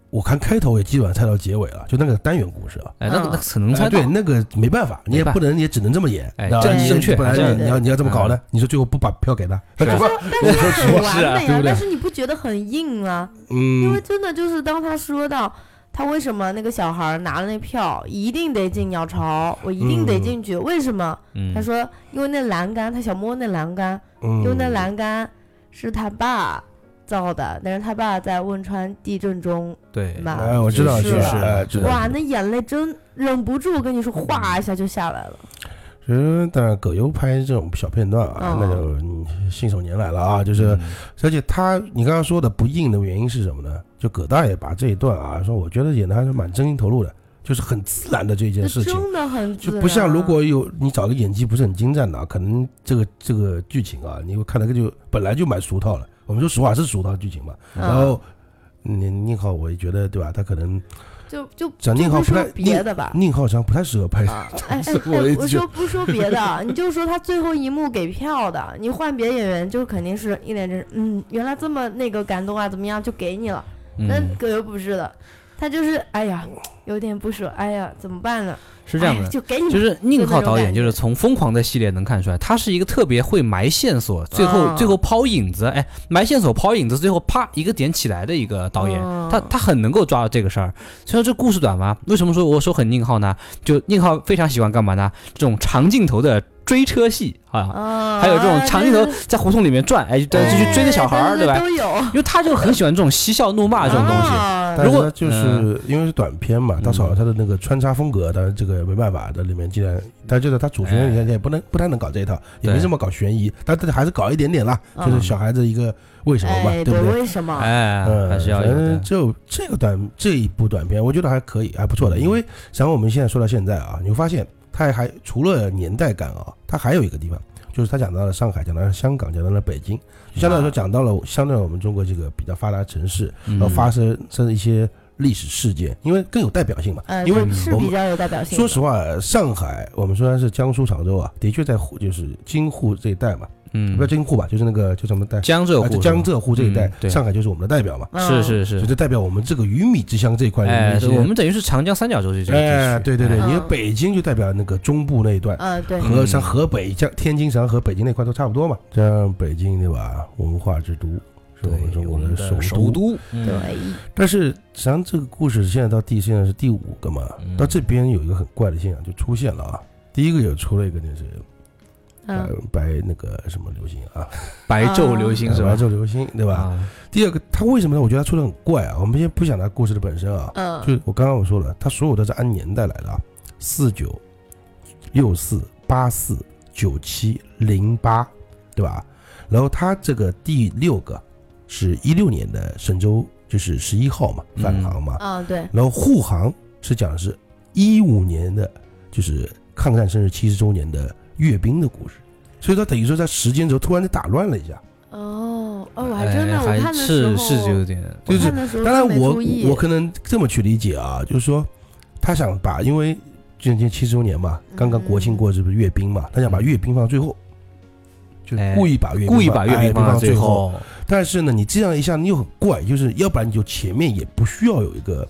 我看开头也基本上猜到结尾了，就那个单元故事啊。
哎，那个
嗯
那可能
哎
猜到
对，那个没办法，你也不能，也只能这么演。
哎
然后
政治
你
正确
不然
还是
要
你你要你要这么嗯搞呢？你说最后不把票给他，
是
对吧？
但是他很
是啊
完美
对
啊
不，对
但是你不觉得很硬啊？因为
嗯，
真的就是当他说到他为什么那个小孩儿拿了那票，一定得进鸟巢，我一定得
嗯
进去，为什么？
嗯
他，说因为那栏杆，他想摸那栏杆，因为那
嗯
栏杆是他爸造的，但是他爸在汶川地震中
对，
嘛，
哎，我知道，
啊去
知
是
道，
是
世了。
哎，知道。
哇，那眼泪真忍不住，我跟你说，
嗯
哗一下就下来了。
其实，当然，葛优拍这种小片段啊
嗯，
那就嗯信手拈来了啊。就是，
嗯
而且他，你刚刚说的不硬的原因是什么呢？就葛大爷把这一段啊，说我觉得演的还是蛮真心投入的，就是很自然的这件
这
事情。
真的很自
就
然啊
不像如果有你找个演技不是很精湛的、啊，可能这个这个剧情啊，你会看那个就本来就蛮俗套了。我们说实话是俗套剧情嘛。然
嗯，
后宁宁浩，我也觉得对吧？他可能
就就
讲
就
宁浩
不
不
说
太
别的 吧。
宁浩像不太适合拍。
啊，哎哎
是我的
哎
意，思
我
就
说不说别的，你就说他最后一幕给票的，你换别的演员就肯定是一脸真是，嗯，原来这么那个感动啊，怎么样就给你了。那哎
嗯，
葛优不是的，他就是哎呀，有点不舍，哎呀，怎么办呢？
是这 样
哎
的。
就给你，
就是宁浩导演，
就
就
那种感觉
是从《疯狂》的系列能看出来，他是一个特别会埋线索，最后、
嗯
最后抛影子，哎，埋线索抛影子，最后啪一个点起来的一个导演，
嗯
他他很能够抓到这个事儿。虽然这故事短嘛，为什么说我说很宁浩呢？就宁浩非常喜欢干嘛呢？这种长镜头的追车戏啊，
啊，
还有这种长镜头在胡同里面转，哎，就
对，
就去追那小孩儿，
哦对
吧？
都有
因为他就很喜欢这种嬉笑怒骂这种东西。
啊
但
如
是
果
呢，就是因为是短片嘛，他少了他的那个穿插风格，但是这个没办法，这里面既然他就是他主旋律，也也不能不太能搞这一套，也没
对
这么搞悬疑，但这还是搞一点点啦，
嗯
就是小孩子一个为什么嘛，
哎，
不对？
为什么？
哎，
嗯，
还是要
反
有
正
的。
就这个短这一部短片，我觉得还可以，还不错
嗯
的。因为然后我们现在说到现在啊，你会发现它还除了年代感啊，它还有一个地方，就是它讲到了上海，讲到了香港，讲到了北京，相对来说讲到了相对我们中国这个比较发达城市，
嗯
然后发生生一些历史事件，因为更有代表性嘛。
呃，
因为
对是
我
比
们
较有代表性的。
说实话，上海我们虽然是江苏常州啊，的确在沪就是京沪这一带嘛，
嗯
不叫，京沪吧，就是那个叫什么带，
江浙
啊
沪，
就江浙沪这一带
嗯对，
上海就是我们的代表嘛。
是
嗯
是是
所以，就代表我们这个鱼米之乡这一块
哎，
的
是
一些
我们等于是长江三角洲这这个地
哎，
区，
对对对，
哎
你
嗯
北京就代表那个中部那一段，
嗯，对，
和
嗯
像河北、江天津、上和北京那块都差不多嘛。这样北京对吧？文化之都是我们中国
的
首
首都，嗯
对，
但是实际上这个故事现在到第现在是第五个嘛
嗯，
到这边有一个很怪的现象就出现了啊。第一个有出了一个就是白
嗯
白那个什么流星啊，
白昼流星是
白
吧？
昼流星，对吧？
啊，
第二个，他为什么呢？我觉得他出的很怪啊。我们先不讲他故事的本身啊，
嗯
就是我刚刚我说了，它所有都是按年代来的啊，四九、六四、八四、九七、零八，对吧？然后它这个第六个是一六年的神舟，就是十一号嘛，返航嘛。
嗯，对，
然后护航是讲的是一五年的，就是抗战胜日七十周年的阅兵的故事。所以它等于说在时间轴突然就打乱了一下。
哦哦，我还真的
哎，
我
还
看的时候
是是有点，
就
我
是
看的时候
当然
嗯真没
我，
注
我
意
可能这么去理解啊，就是说，他想把，因为今年七十周年嘛，刚刚国
嗯
庆过，这不是阅兵嘛，他想把阅兵放最后，就
嗯哎
故意把阅兵
故意
放
把
哎
月饼
放
到最
后。
后，
但是呢，你这样一下你又很怪，就是要不然你就前面也不需要有一个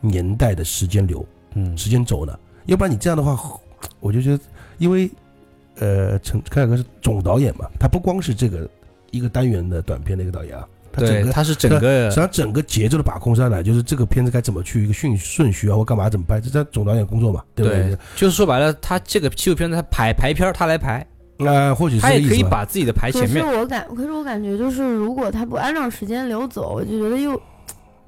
年代的时间流、
嗯，
时间轴呢，要不然你这样的话，我就觉得，因为呃，陈凯尔格是总导演嘛，他不光是这个一个单元的短片的一个导演啊，他整
对，
个
它是整个
实际上整个节奏的把控上来，就是这个片子该怎么去一个顺顺序啊，或干嘛怎么拍，这在总导演工作嘛，对不
对？，就是说白了，他这个纪录片他排排片儿他来排，
那、或许是
他
这
也
个
可
意
以
思吧。
把自己的排
可
前
是
面。
我感，可是我感觉就是，如果他不按照时间流走，我就觉得又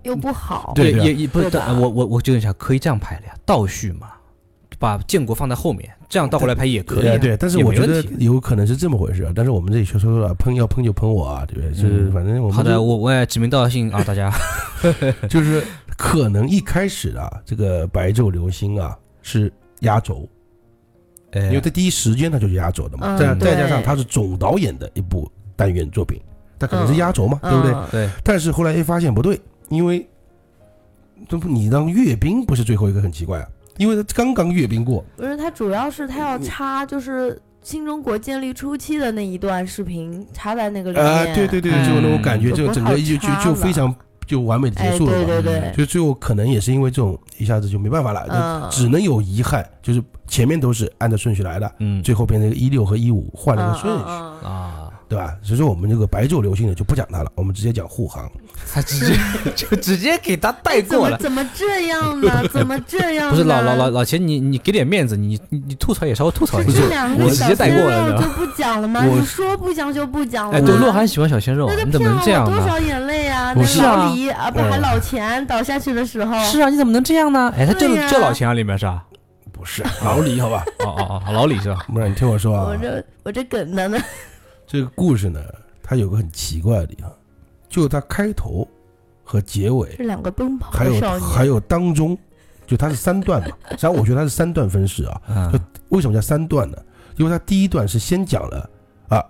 又不好。
对啊对
也也不是，
对吧
但我我我纠正一下，可以这样排的呀，倒叙嘛，把建国放在后面，这样倒回来排也可以
对
啊。
对，但是
也
我
没
觉
问
得
题
有可能是这么回事啊。但是我们这里说说了，喷要喷就喷我啊，对不对？就是
嗯
反正我们
好的，
就
我我也指名道姓啊，大 家。
就是可能一开始啊，这个白昼流星啊是压轴，因为
哎，
它第一时间它就是压轴的嘛。
嗯
再再加
对
上它是总导演的一部单元作品，它可能是压轴嘛，对不对？
嗯
对，
但是后来一发现不对，因为这不你让阅兵不是最后一个很奇怪啊，因为他刚刚阅兵过，
不是，他主要是他要插，就是新中国建立初期的那一段视频插在那个里面。
啊，对对对，
嗯
就那种感觉，就整个就
就
就
不好插
就
了
非常就完美的结
哎，
束了
对
嘛。
对
嗯
对，
所以最后可能也是因为这种一下子就没办法了，
嗯
就只能有遗憾，就是前面都是按照顺序来的，
嗯，
最后变成一个一六和一五换了个顺序，
嗯嗯嗯
啊，
对吧？所以说我们这个白昼流星呢就不讲它了，我们直接讲护航。
他直 接就直接给他带
哎怎
过
么
了。
怎么这样呢？ 怎么这样呢？
不是老老老老钱，你你给点面子，你你你吐槽也稍微吐槽一
是这。
下
两个
我
小
直接带
鲜
过了
肉
对
就不讲了吗？
我
你说不讲就不讲了。
哎，对，洛涵喜欢小鲜肉啊
那，个
你怎
骗
么能
了
这样
我多
呢？
少眼泪啊！
不
那
是啊
老李啊，不
嗯
还老钱倒下去的时候，
是啊，你怎么能这样呢？哎，他就
对呀
就老钱啊，里面是吧？
不是老李，好吧？
哦哦哦，老李 是吧？
不然你听我说啊，
我这我这梗的呢。
这个故事呢，它有个很奇怪的地方，就是它开头和结尾，
是两个奔跑
还
的
有
少
还
年，
有当中，就它是三段嘛。实际上，我觉得它是三段分饰啊。
嗯
为什么叫三段呢？因为它第一段是先讲了啊，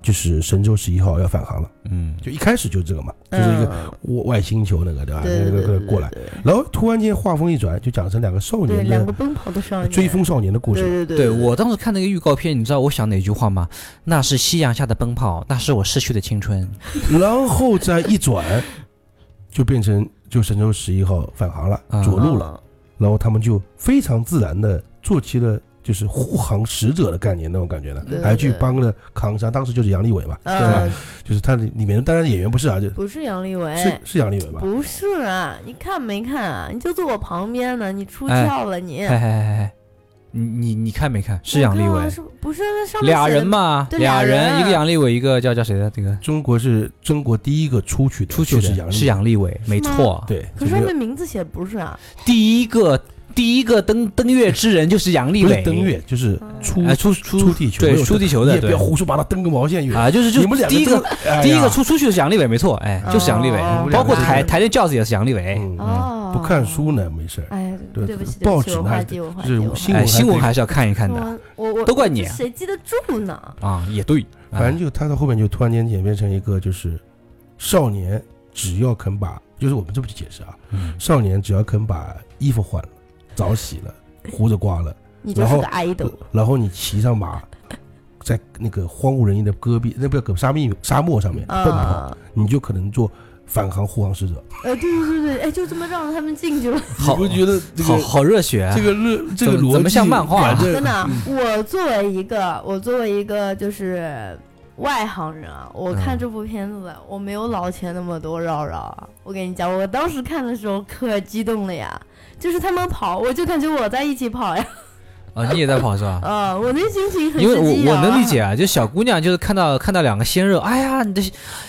就是神舟十一号要返航了，
嗯，
就一开始就这个嘛，就是一个
个
外外星球那个对吧？
嗯对对
那
对
呃
个
对
过来，
对
然后突然间画风一转，就讲成两个少
对
年
两个
的
奔跑的少年
追风少年的故
对
事。
对对
对我当时看那个预告片，你知道我想哪句话吗？那是夕阳下的奔跑，那是我逝去的青春。
然后再一转，就变成就神舟十一号返航了，
嗯
着陆了。
了，
然后他们就非常自然的做起了就是护航使者的概念那种感觉了
对，对
还去帮了扛伤，当时就是杨利伟嘛，对吧？
啊
呃，
就是他里面当然演员不是啊，就
不是杨利
是
哎
伟，
是杨利伟吧？
不是啊，你看没看啊？你就坐我旁边呢，你出
哎
窍了你
哎。哎哎哎，你你你看没看？是
我
杨利
看啊
伟，
是不是那上面
俩
写的
人嘛，
对俩
俩人，
人
一个杨利伟，一个叫叫谁的？这个
中国是中国第一个出去的，
出去的
就是杨利伟
是杨利伟，没
吗
错。，
对，
可是
就
他
没有
们名字写不是啊？
第一个第一个登登月之人就是杨利
不是
伟，
登月，就是呃出
哎出
出地球，没
对
有
出地球
你
的
也不
对
要胡说八道，登个毛线远。
啊，就是就
你们两
第一
个
个
都哎呀
第一个出出去的是杨利伟，没错，哎，就是杨利伟
哦，
包括
两个
抬
人
抬那轿子也是杨利伟。
嗯嗯
哦，
不看书呢，没事儿。
哎，
对
对不起，对
报
不起，
纸
我
呢
化
还
解，我化
就是
解，我化
嗯
解
新闻
哎，
还
新闻
可以
还是要看一看的
我我
都怪
啊
你
这谁记得住呢？
啊，也对，啊
反正就他到后面就突然间演变成一个就是少年，只要肯把，就是我们这么去解释啊，
嗯
少年只要肯把衣服换了，澡洗了，胡子刮 了，
你就是个
然后
爱豆，
然后你骑上马，在那个荒无人烟的戈壁，那不叫戈壁沙漠沙漠上面奔跑，
啊，
你就可能做返航护航使者。
呃，对对对对，哎，就这么让他们进去了。
好
你不觉得这
好
个
好热血啊
这，个热这个
怎么
逻辑
怎么像漫画啊
反正
真的啊，
嗯
我作为一个，我作为一个就是外行人啊，我看
嗯
这部片子，我没有老钱那么多绕绕啊。我跟你讲，我当时看的时候可激动了呀，就是他们跑，我就感觉我在一起跑呀。
啊，你也在跑是吧？
呃，我那心情很
因为
是激
我我
昂
能理
啊
解啊，就小姑娘就是看到看到两个鲜肉，哎呀，你的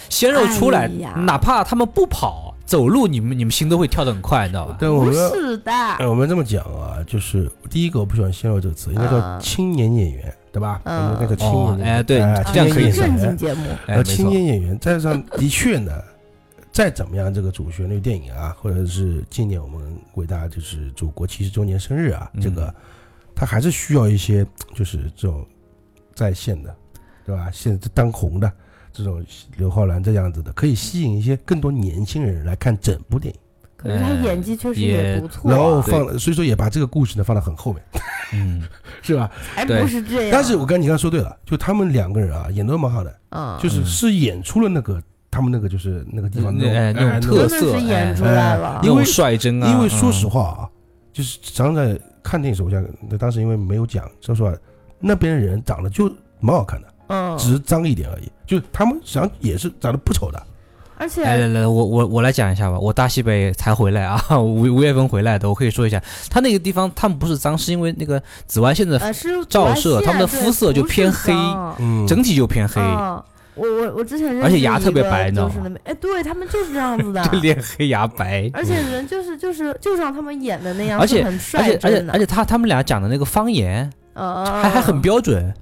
鲜肉出来，
哎呀
哪怕他们不跑走路，你们你们心都会跳得很快，你知道吧？
但我
不
们要
是的，
哎我们这么讲啊，就是第一个我不喜欢“鲜肉”这个词，应该叫
啊
青年演员，对吧？我
嗯
们应该叫青
哦
年演员。
哎对
哎
啊
这样
青
可以
年
是正
演员
经节目，
哎，
而
没
呃青
错，
年演员，再加上的确呢，再怎么样，这个主旋律电影啊，或者是纪念我们伟大就是祖国七十周年生日啊，
嗯
这个他还是需要一些就是这种在线的，对吧？现在当红的这种刘昊然这样子的，可以吸引一些更多年轻人来看整部电影，
可是他
哎
演技确实
也
也不错
然后
啊，
放了，所以说也把这个故事呢放到很后面，
嗯，
是吧？
还
对啊
不是这样。
但是我跟你刚才说对了，就他们两个人啊，演得都蛮好的，
嗯，
就是
嗯
是演出了那个他们那个就是那个地方
那哎那种
种
特
真的
色
是
哎
演出来了
那，
因为
种率真啊，
因为说实
话，
话啊，就是常常在看电影时候，我想那当时因为没有讲，说实话，那边的人长得就蛮好看的，
嗯，
只是脏一点而已。就是他们实际上也是长得不丑的，
而
来
且
来来，我我我来讲一下吧，我大西北才回来啊， 五五月份回来的，我可以说一下，他那个地方他们不是脏，是因为那个紫外线的
呃是
照射他们的肤色就偏黑
嗯
整体就偏黑，
嗯，我我我之前认识
而且牙特别
一个
白呢
就是那边哎，对他们就是这样子 的，
就脸黑牙白，
哎
而且人就是就是就像他们演的那样，
而且
是很
而
率
且而
真
且
的，
而且他他们俩讲的那个方言
嗯嗯
啊
还还很
嗯
标准，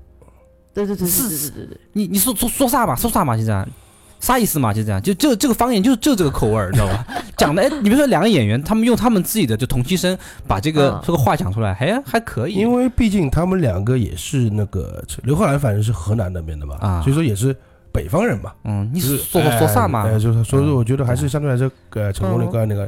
对对对对
是
对对对
你你说说说啥嘛？说啥嘛？就这样，啥意思嘛？就这样，就这这个方言就就这个口味儿，知道 吧？讲的哎，你别说两个演员，他们用他们自己的就同期声把这个、
嗯
这个话讲出来，哎，还可以。
啊因为毕竟他们两个也是那个刘昊然，反正是河南那边的嘛，
啊
所以说也是北方人嘛。
嗯，你
就是
说说说啥嘛
哎？哎就是所以
嗯
说，我觉得还是相对来说，呃，成功率
嗯
高那个。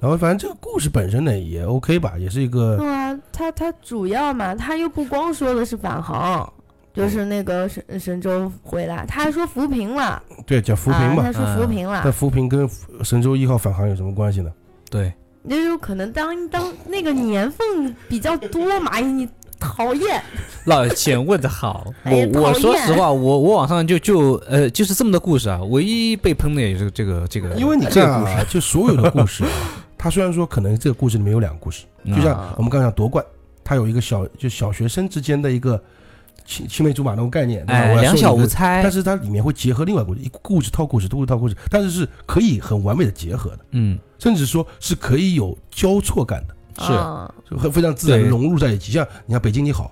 然后反正这个故事本身呢也 OK 吧，也是一个
嗯
对啊，他他主要嘛，他又不光说的是返航，就是那个神神州回来，他还说扶贫了，
对讲扶贫
啊，
嘛
他。说扶
嗯
贫了，
但扶贫跟神舟一号返航有什么关系呢？
对，
那有可能当当那个年份比较多嘛，哎你讨厌，
老钱问的好，
哎呀
我
讨
我
厌
说实话，我我网上就就呃就是这么的故事啊，唯一被喷的也是这个这个，
因为你
这
看
个故事，
啊，就所有的故事啊，它虽然说可能这个故事里面有两个故事，
嗯
就像
啊
我们刚刚讲夺冠，它有一个小就小学生之间的一个青青梅竹马那种概念，对吧
哎
我来
两
说
小
你
无
的
猜
但，是它里面会结合另外一个故事，一故事套故事，故事套故事，但是是可以很完美的结合的，
嗯，
甚至说是可以有交错感的，
是
啊
就很非常自然地
对
融入在一起。像你看《北京你好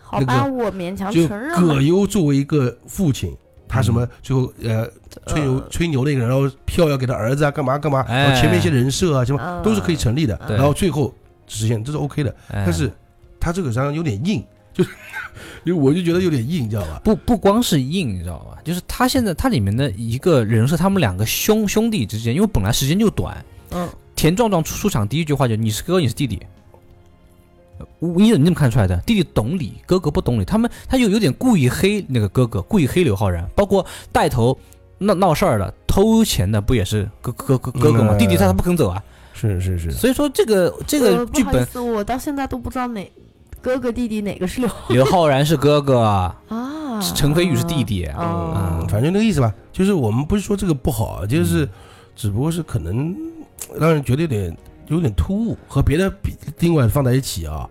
好
那
吧，
个
我勉强》，
就
承认
葛
了。
优作为一个父亲，他什么最后呃吹牛
呃
吹牛那个人，然后票要给他儿子啊，干嘛干嘛，
哎
然后前面一些人设啊，什么
嗯
都是可以成立的，
对
然后最后实现这是 OK 的，
哎
但是他这个实际上有点硬，就是因为我就觉得有点硬，你知道吧？
不不光是硬，你知道吧？就是他现在他里面的一个人设，他们两个兄兄弟之间，因为本来时间就短，
嗯，
田壮壮出出场第一句话就你是哥，你是弟弟。呃你怎么你怎么看出来的？弟弟懂理，哥哥不懂理。他们他就有点故意黑那个哥哥，故意黑刘昊然，包括带头闹闹事儿的、偷钱的，不也是哥哥哥哥哥吗？
嗯
弟弟他他不肯走啊。
是是是，
所以说这个这
呃
个
不
剧
好意
本，
思，我到现在都不知道哪哥哥弟弟哪个是刘
刘昊然是哥哥，
啊，
陈飞宇是弟弟。
啊
嗯，
反正那个意思吧，就是我们不是说这个不好，就是
嗯
只不过是可能让人觉得有点有点突兀，和别的比另外放在一起啊，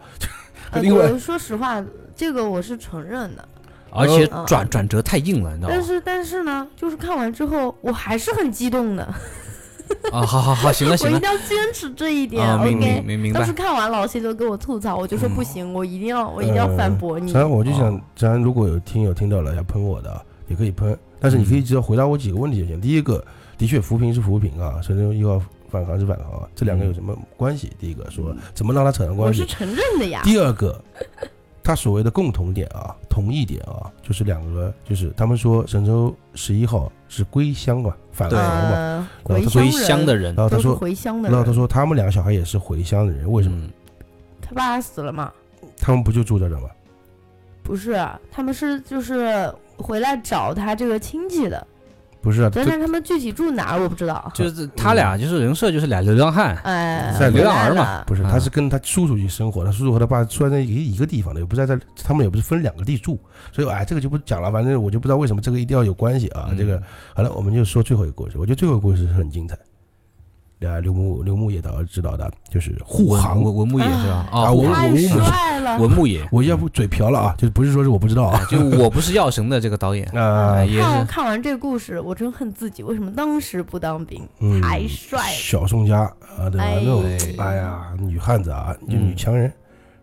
呃，
另外
我说实话，这个我是承认的，
而且
嗯
转转折太硬了，你知道
但
吗？
是但是呢，就是看完之后，我还是很激动的，
啊，好好好，行了
我
行
一
了
定，要坚持这一点。
啊，明明
OK，
明明
当
白嗯
时。看完老谢就跟我吐槽，我就说不行，我一定要我一定
呃
要反驳你
然。后我就想
哦，
咱如果有听友听到了要喷我的啊，也可以喷，但是你可以只要回答我几个问题就行。第一个，的确扶贫是扶贫啊，神舟一号返航是返航啊，这两个有什么关系？第一个说怎么让它扯上
我
关
是啊
系？
承认的呀，
第二个，它所谓的共同点啊，同一点啊，就是两个，就是他们说神舟十一号是归乡嘛，返
对
航嘛，
呃，
然
回
后他
回
乡
乡
人
的人
然，后他
都是
说，
回乡的
然后他
人，
说他们两个小孩也是回乡的啊人，为什么？
嗯？
他爸死了嘛？
他们不就住在这儿吗？
不是，啊他们是就是回来找他这个亲戚的，
不是啊，这
但是他们具体住哪儿我不知道。
就是他俩就是人设就是俩流浪汉，
哎，
在
回
流浪
来
儿嘛
了
不是，
啊
他是跟他叔叔去生活，他叔叔和他爸住在一一个地方的，也不是在这，他们也不是分两个地住，所以哎，这个就不讲了，反正我就不知道为什么这个一定要有关系啊。
嗯
这个好了，我们就说最后一个故事，我觉得最后一个故事是很精彩，呃，刘牧刘牧野导指导的，就是护
文
航。
文文牧野是吧？
啊
护航
我
太
我我
帅了，
文牧野，
我要不嘴瓢了啊，就是不是说是我不知道啊，
就我不是药神的这个导演，
啊
哎，也
看我
是
看完这故事，我真恨自己为什么当时不当兵，
嗯，
太帅了。
小宋佳啊，对吧？
哎
那种
对
哎呀，女汉子啊，就
嗯
女强人，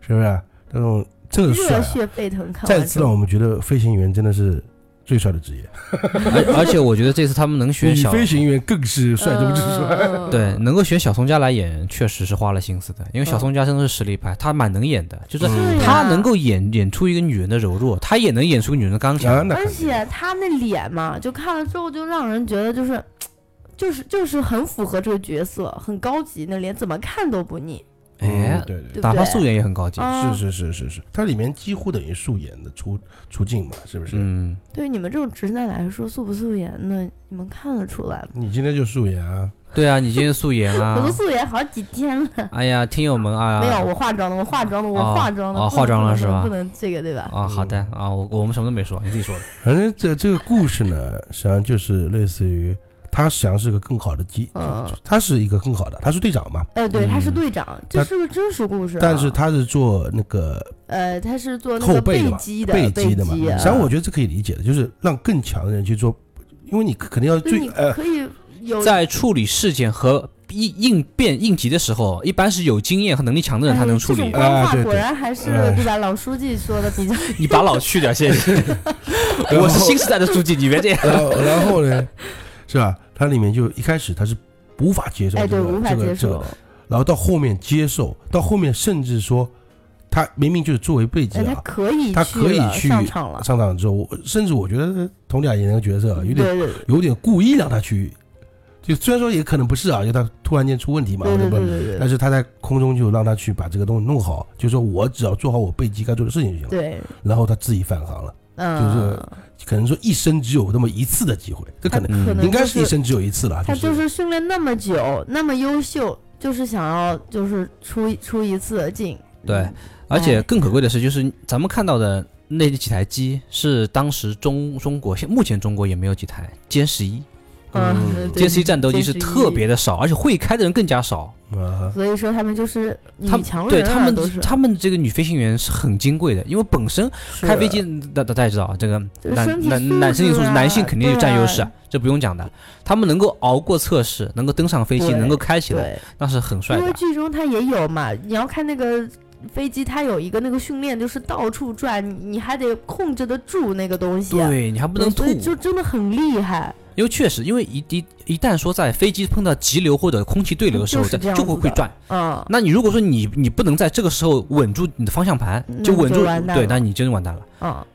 是不是？那种这个帅
热
啊，
血沸腾，看
再
完
次
之
让
后
我们觉得飞行员真的是最帅的 职业，
而而且我觉得这次他们能选
女
小
飞行员更是帅中之帅。
嗯嗯嗯
对，能够选小松家来演，确实是花了心思的，因为小松家真的是实力派，他蛮能演的，就是
嗯
是
他
呀
能够演演出一个女人的柔弱，他也能演出个女人的刚
啊，
强。
那
而
肯定
且他那脸嘛，就看了之后就让人觉得就是，就是就是很符合这个角色，很高级，那脸怎么看都不腻，
哎
嗯，对对
对
打
不
发
对？
素颜也很高级。
啊
对，是是是是是，它里面几乎等于素颜的出出镜嘛，是不是？
嗯，
对于你们这种直男来说，素不素颜呢？你们看得出来吗？
你今天就素颜啊？
对啊，你今天素颜
我
啊
都？素颜好几天了，
哎呀，听友们啊，
没有，我化妆了，我化妆了，
哦
我化妆了，
哦
不能
化妆了是吧
不能不能这个对吧？
啊，好的啊，我我们什么都没说，你自己说的。
反正这这个故事呢，实际上就是类似于他实际上是个更好的机，
嗯
他是一个更好的，他是队长嘛，
哎，对，他是
哦嗯
队长，这
但
是个真实故事啊。
但是他是做那个
呃，他是做那
后
个
背的嘛
击的
背
击
的嘛。
啊
实际上我觉得这可以理解的，就是让更强的人去做，因为你肯定要
就是
最
你
呃，
可以有
在处理事件和应应变应急的时候，一般是有经验和能力强的人
哎
才能处
这种
理。
官
啊
话
对
果
对
然还是
哎
对吧？老书记说的比较
你把老去掉，谢谢。
然后
我是新时代的书记，你别这样。
然后然 后呢，是吧？它里面就一开始他是无法接受
哎，
这
对，
个
无法
这个
接
这个
受。
然后到后面接受，到后面甚至说，他明明就是作为背景
哎，他
啊，
可以
他
去
可以
了
去
上场了，
上场之后，我甚至我觉得佟丽娅演那个角色啊
对
有点
对对
有点故意让他去，就虽然说也可能不是啊，就他突然间出问题嘛，
对
或者
对
不，
对对
但是他在空中就让他去把这个东西弄好，就说我只要做好我背脊该做的事情就行了。
对，
然后他自己返航了，
嗯，
可能说一生只有那么一次的机会，这可
他
嗯
能
可能
应该
就是
一生只有一次了，
他
就
就是是训练那么久，那么优秀，就是想要就是出一出一次镜，
对，
哎
而且更可贵的是，就是咱们看到的那几台机是当时中中国现目前中国也没有几台歼十一，
嗯，
嗯
对
歼十一战斗机是特别。的少，而且会开的人更加少。
啊，
所以说他们就是女
他
强
对
人啊，
他
都
们
是
他们这个女飞行员是很金贵的，因为本身
是
开飞机大大大家知道，啊这个
就是身
男
体
男男
素
生理素
质
质，
啊
男性肯定是
对
占优
啊
势啊，这不用讲的。他们能够熬过测试，能够登上飞机，
对
能够开起来，
对，
那是很帅
因为
的。
剧中它也有嘛，你要看那个飞机，它有一个那个训练，就是到处转，你你还得控制得住那个东西，
对你还不能吐
所，以就真的很厉害。
因为确实，因为一一一旦说在飞机碰到急流或者空气对流的时候，
就是
在
这样
就会
子
会
的
转。
嗯，
那你如果说你你不能在这个时候稳住你的方向盘，
嗯
就稳
就
住
完，蛋
对，
了
那你真完蛋了。
嗯，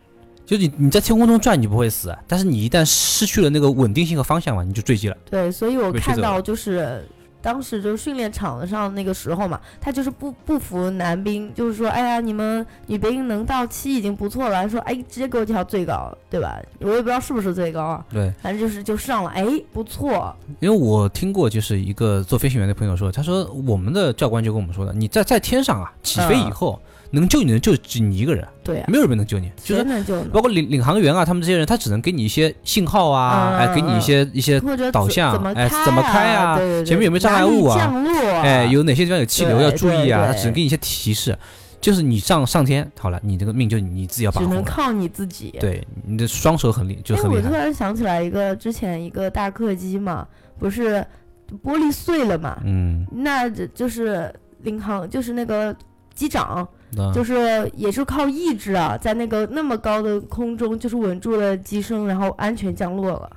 就你你在天空中转你不会死，啊但是你一旦失去了那个稳定性和方向嘛，你就坠机了。
对，所以我
被驱
看
走
到
了
就是。当时就是训练场上那个时候嘛，他就是不不服男兵，就是说，哎呀，你们女兵能到七已经不错了，说，哎，直接给我调最高，对吧？我也不知道是不是最高啊，
对，
反正就是就上了，哎，不错，
因为我听过就是一个做飞行员的朋友说，他说我们的教官就跟我们说的，你在在天上啊起飞以后，能救你的就只你一个人，
嗯对啊，
没有人能救你，就是
谁能救呢？
包括领领航员啊，他们这些人，他只能给你一些信号啊，
嗯
哎，给你一些一些。
或者
导
怎
向
怎么
哎
开
怎么开啊
啊？对对对
前面有没有障碍
哪里
物啊
降落啊？
哎，有哪些地方有气流
对
要注意啊？
对
他只能给你一些提示，就是你上上天好了，你这个命就你你自己要把
只能
控了。
靠你自己。
对，你的双手很厉，就
哎，
很
我
厉
突
害。
然想起来一个，之前一个大客机嘛，不是玻璃碎了嘛？
嗯，
那这就是领航，就是那个机长，
那
就是也是靠意志啊，在那个那么高的空中，就是稳住了机身，然后安全降落了。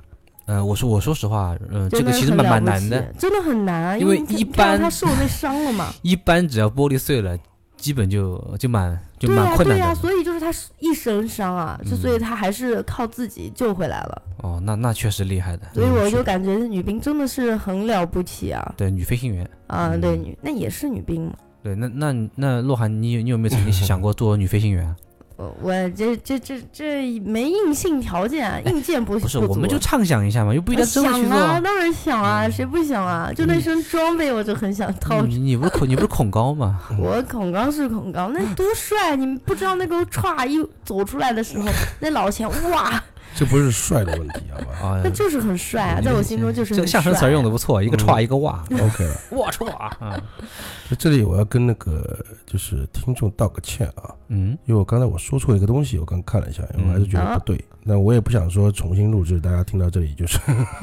呃，我说我说实话，呃，这
真
个
的
其实
很
蛮
了
蛮
不
难
起
的。，
真的很难啊，
因为
为你
一
看到
般
他受那伤了嘛。
一般只要玻璃碎了，基本就就蛮就
对
蛮
呀，
困
对
难
呀、
的。
所以就是他是一身伤啊，就所以
嗯
他还是靠自己救回来了。
哦，那那确实厉害的。
所以
嗯
我
是
就
的
感觉女兵真的是很了不起啊！
对，女飞行员。
啊，
嗯
对，女那也是女兵嘛。
对，那那那洛涵，你有你有没有曾经想过做女飞 行员啊？
我我这这这这没硬性条件啊，硬件不
哎不是，
不
我们
足啊
就畅想一下嘛，又不一定真的去
想
做嗯
啊，
啊。
当然想啊，谁不想啊？就那身装备，我就很想套。
你你不是恐你不是恐高吗？
我恐高是恐 高，那多帅！你们不知道那个歘一走出来的时候，那老钱哇，
这不是帅的问题，好 吧
啊
那，就是很帅啊，
嗯
在我心中就是
这个
很
下沉词儿
帅啊
用的不错，
嗯
一个歘一个哇，
？OK 了，
我歘啊，
就这里我要跟那个就是听众道个歉啊，
嗯
因为我刚才我说错一个东西，我刚看了一下，我还是觉
嗯
得不对。
啊
那我也不想说重新录制，大家听到这里就是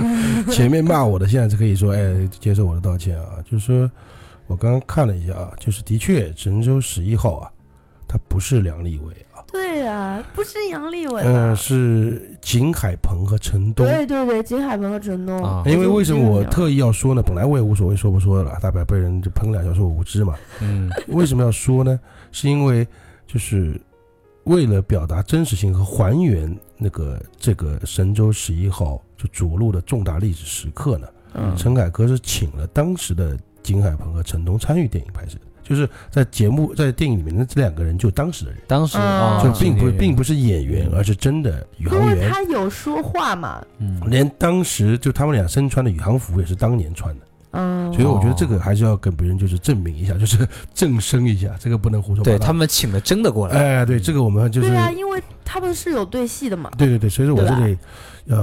前面骂我的，现在是可以说哎接受我的道歉啊。就是说我刚刚看了一下啊，就是的确神舟十一号啊，它不是梁立伟啊，
对啊，不是杨利伟
嗯、
啊，
是景海鹏和陈东。
对对对，景海鹏和陈东
啊，
哎因为为什么我特意要说呢？本来我也无所谓说不说的了，大不了被人就喷两下说我 无知嘛。
嗯
为什么要说呢？是因为就是为了表达真实性和还原那个这个神舟十一号就着陆的重大历史时刻呢，
嗯
陈凯歌是请了当时的金海鹏和陈东参与电影拍摄的，就是在节目在电影里面的这两个人就当时的人，
当时
啊
啊，
就并不并
不，
不是演员，而是真的
嗯
宇
因
航
为
员。
他有说话嘛，
嗯
连当时就他们俩身穿的宇航服也是当年穿的，
嗯，
哦
所以我觉得这个还是要跟别人就是证明一下， 就是证声一下，这个不能胡说八
对
道。
他们嗯请了真的过来，
哎，对，这个我们就是
对啊，因为他们是有对戏的嘛，
对对对，所以说我
啊
对吧
这里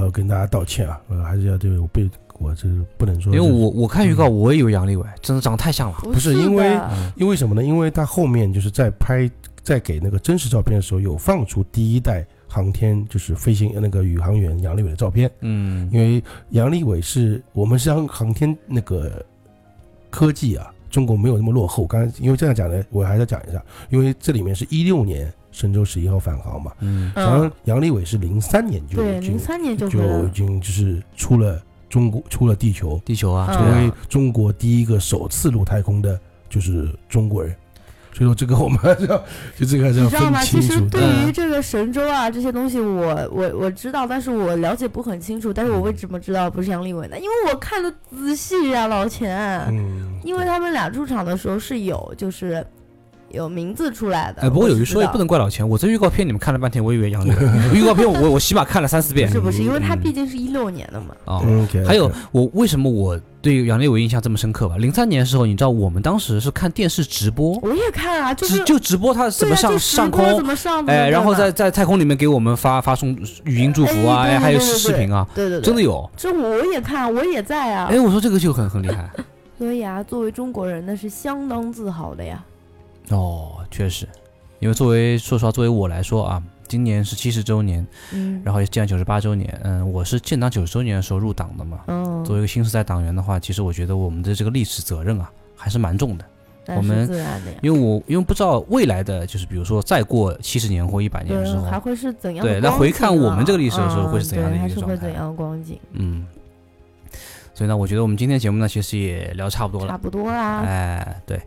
要跟大家道歉啊，呃，还是要对我被我这不能说
因
是，
为我我看预
嗯
告我也有杨利伟，真的长得太像了，
不
不是因为
的
嗯
因为什么呢？因为他后面就是在拍在给那个真实照片的时候，有放出第一代航天就是飞行那个宇航员杨利伟的照片，
嗯
因为杨利伟是我们是航航天那个科技啊，中国没有那么落后。刚才因为这样讲呢，我还要讲一下，因为这里面是一六年神舟十一号返航嘛，
嗯
嗯
然后杨利伟是零三年就
对，
进
零三年就回来
就已
了，
经就是出了中国，出了地球，
地球啊，
嗯
这
成
个
为中国第一个首次入太空的，就是中国人。所以说这个我们还是要，就这个还是要
你知道
分
吗？其
清
实
楚嗯
对
的。
于这个神州啊这些东西我，我我知道，但是我了解不很清楚。但是我为什么知道不是杨利伟呢？因为我看的仔细呀、老钱。
嗯，
啊因为他们俩出场的时候是有就是有名字出来的。
哎，不过
我
有一
知
说一，
道
不能怪老钱。我这预告片你们看了半天，我以为 杨利伟。预告片我我起码看了三四遍
不是不是，因为他
嗯
毕竟是一六年的嘛。
啊。
嗯，OK，
还有我为什么我对杨利伟印象这么深刻吧？零三年的时候，你知道我们当时是看电视直播，
我也看啊，就
直
是
嗯就直播他怎么
对啊
上
就直播
上空
怎，么上，怎么
哎，
对
然后
嘛
在在太空里面给我们发发送语音祝福啊，
哎对
哎，还有
对对
视视
对
频啊，
对对对，
真的有。
这我也看，我也在啊。
哎，我说这个就很很厉害
所以啊，作为中国人，那是相当自豪的呀。
哦，确实，因为作为说实话，作为我来说啊，今年是七十周年，
嗯，
然后也是建党九十八周年，嗯，我是建党九十周年的时候入党的嘛，
嗯，
作为一个新时代党员的话，其实我觉得我们的这个历史责任啊，还是蛮重的。
那
我
是
们
自然的呀。
因为我因为不知道未来的就是，比如说再过七十年或一百年的时
对，
候，
还会是怎样的
对
光景啊？
那回看我们这个历史的时候会是怎
嗯
样的
对
一个
还是
状
会
态
怎样的光景？
嗯，所以呢，我觉得我们今天节目呢，其实也聊差不多
差
了，
不多啦。
哎，对，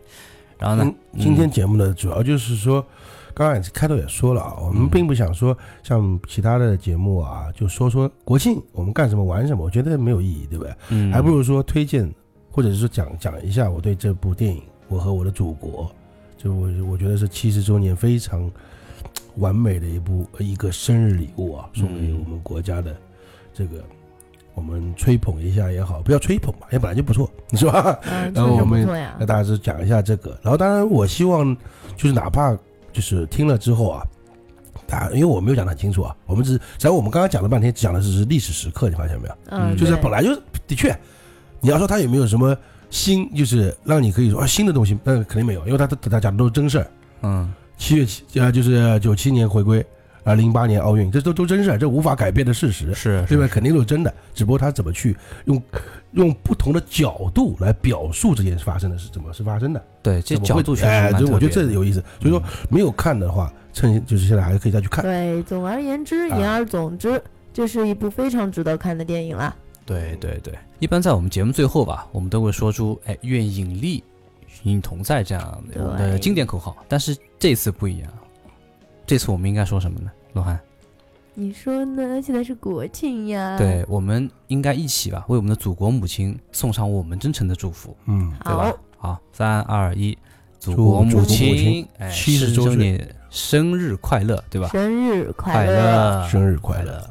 然后呢，
今今天节目呢，主要就是说，刚才开头也说了啊，我们
嗯
并不想说像其他的节目啊，就说说国庆我们干什么玩什么，我觉得没有意义，对不对？
嗯，
还不如说推荐，或者是说讲讲一下我对这部电影《我和我的祖国》，就我我觉得是七十周年非常完美的一部呃一个生日礼物啊，送给
嗯
我们国家的这个。我们吹捧一下也好，不要吹捧吧，也本来就不错，是吧？
嗯，
然后
确实
我们
不错呀
那。大家就讲一下这个。然后当然，我希望就是哪怕就是听了之后啊，大家因为我没有讲得很清楚啊，我们只只要我们刚刚讲了半天，讲的只是历史时刻，你发现没有？
呃
嗯，
就是
对
本来就的确，你要说它有没有什么新，就是让你可以说啊新的东西，那肯定没有，因为它它它讲的都是真事儿。
嗯，
七月七呃就是九七年回归啊，零八年奥运，这都都真事儿，这无法改变的事实。
是，
对吧？
吧？
肯定都是真的，只不过他怎么去用用不同的角度来表述这件事发生的是怎么是发生的，
对，这
怎么
角
会
度确实
哎，
蛮
就
特
我
别
觉得这
的。嗯
有意思。所以说没有看的话，趁就是现在还可以再去看。
对，总而言之，言
啊
而总之，这是一部非常值得看的电影啦。
对对对，一般在我们节目最后吧，我们都会说出“哎，愿引力与你同在”这样的我们的
对
经典口号，但是这次不一样，这次我们应该说什么呢？罗涵，
你说呢？现在是国庆呀。
对我们应该一起吧，为我们的祖国母亲送上我们真诚的祝福。
嗯，
对吧
好，？
好，三二一，祖
祝
国
祖国
母
母
亲
亲
哎
70
70
周
周年生日快乐，对吧？
生日快
快乐，
生日快乐。
乐。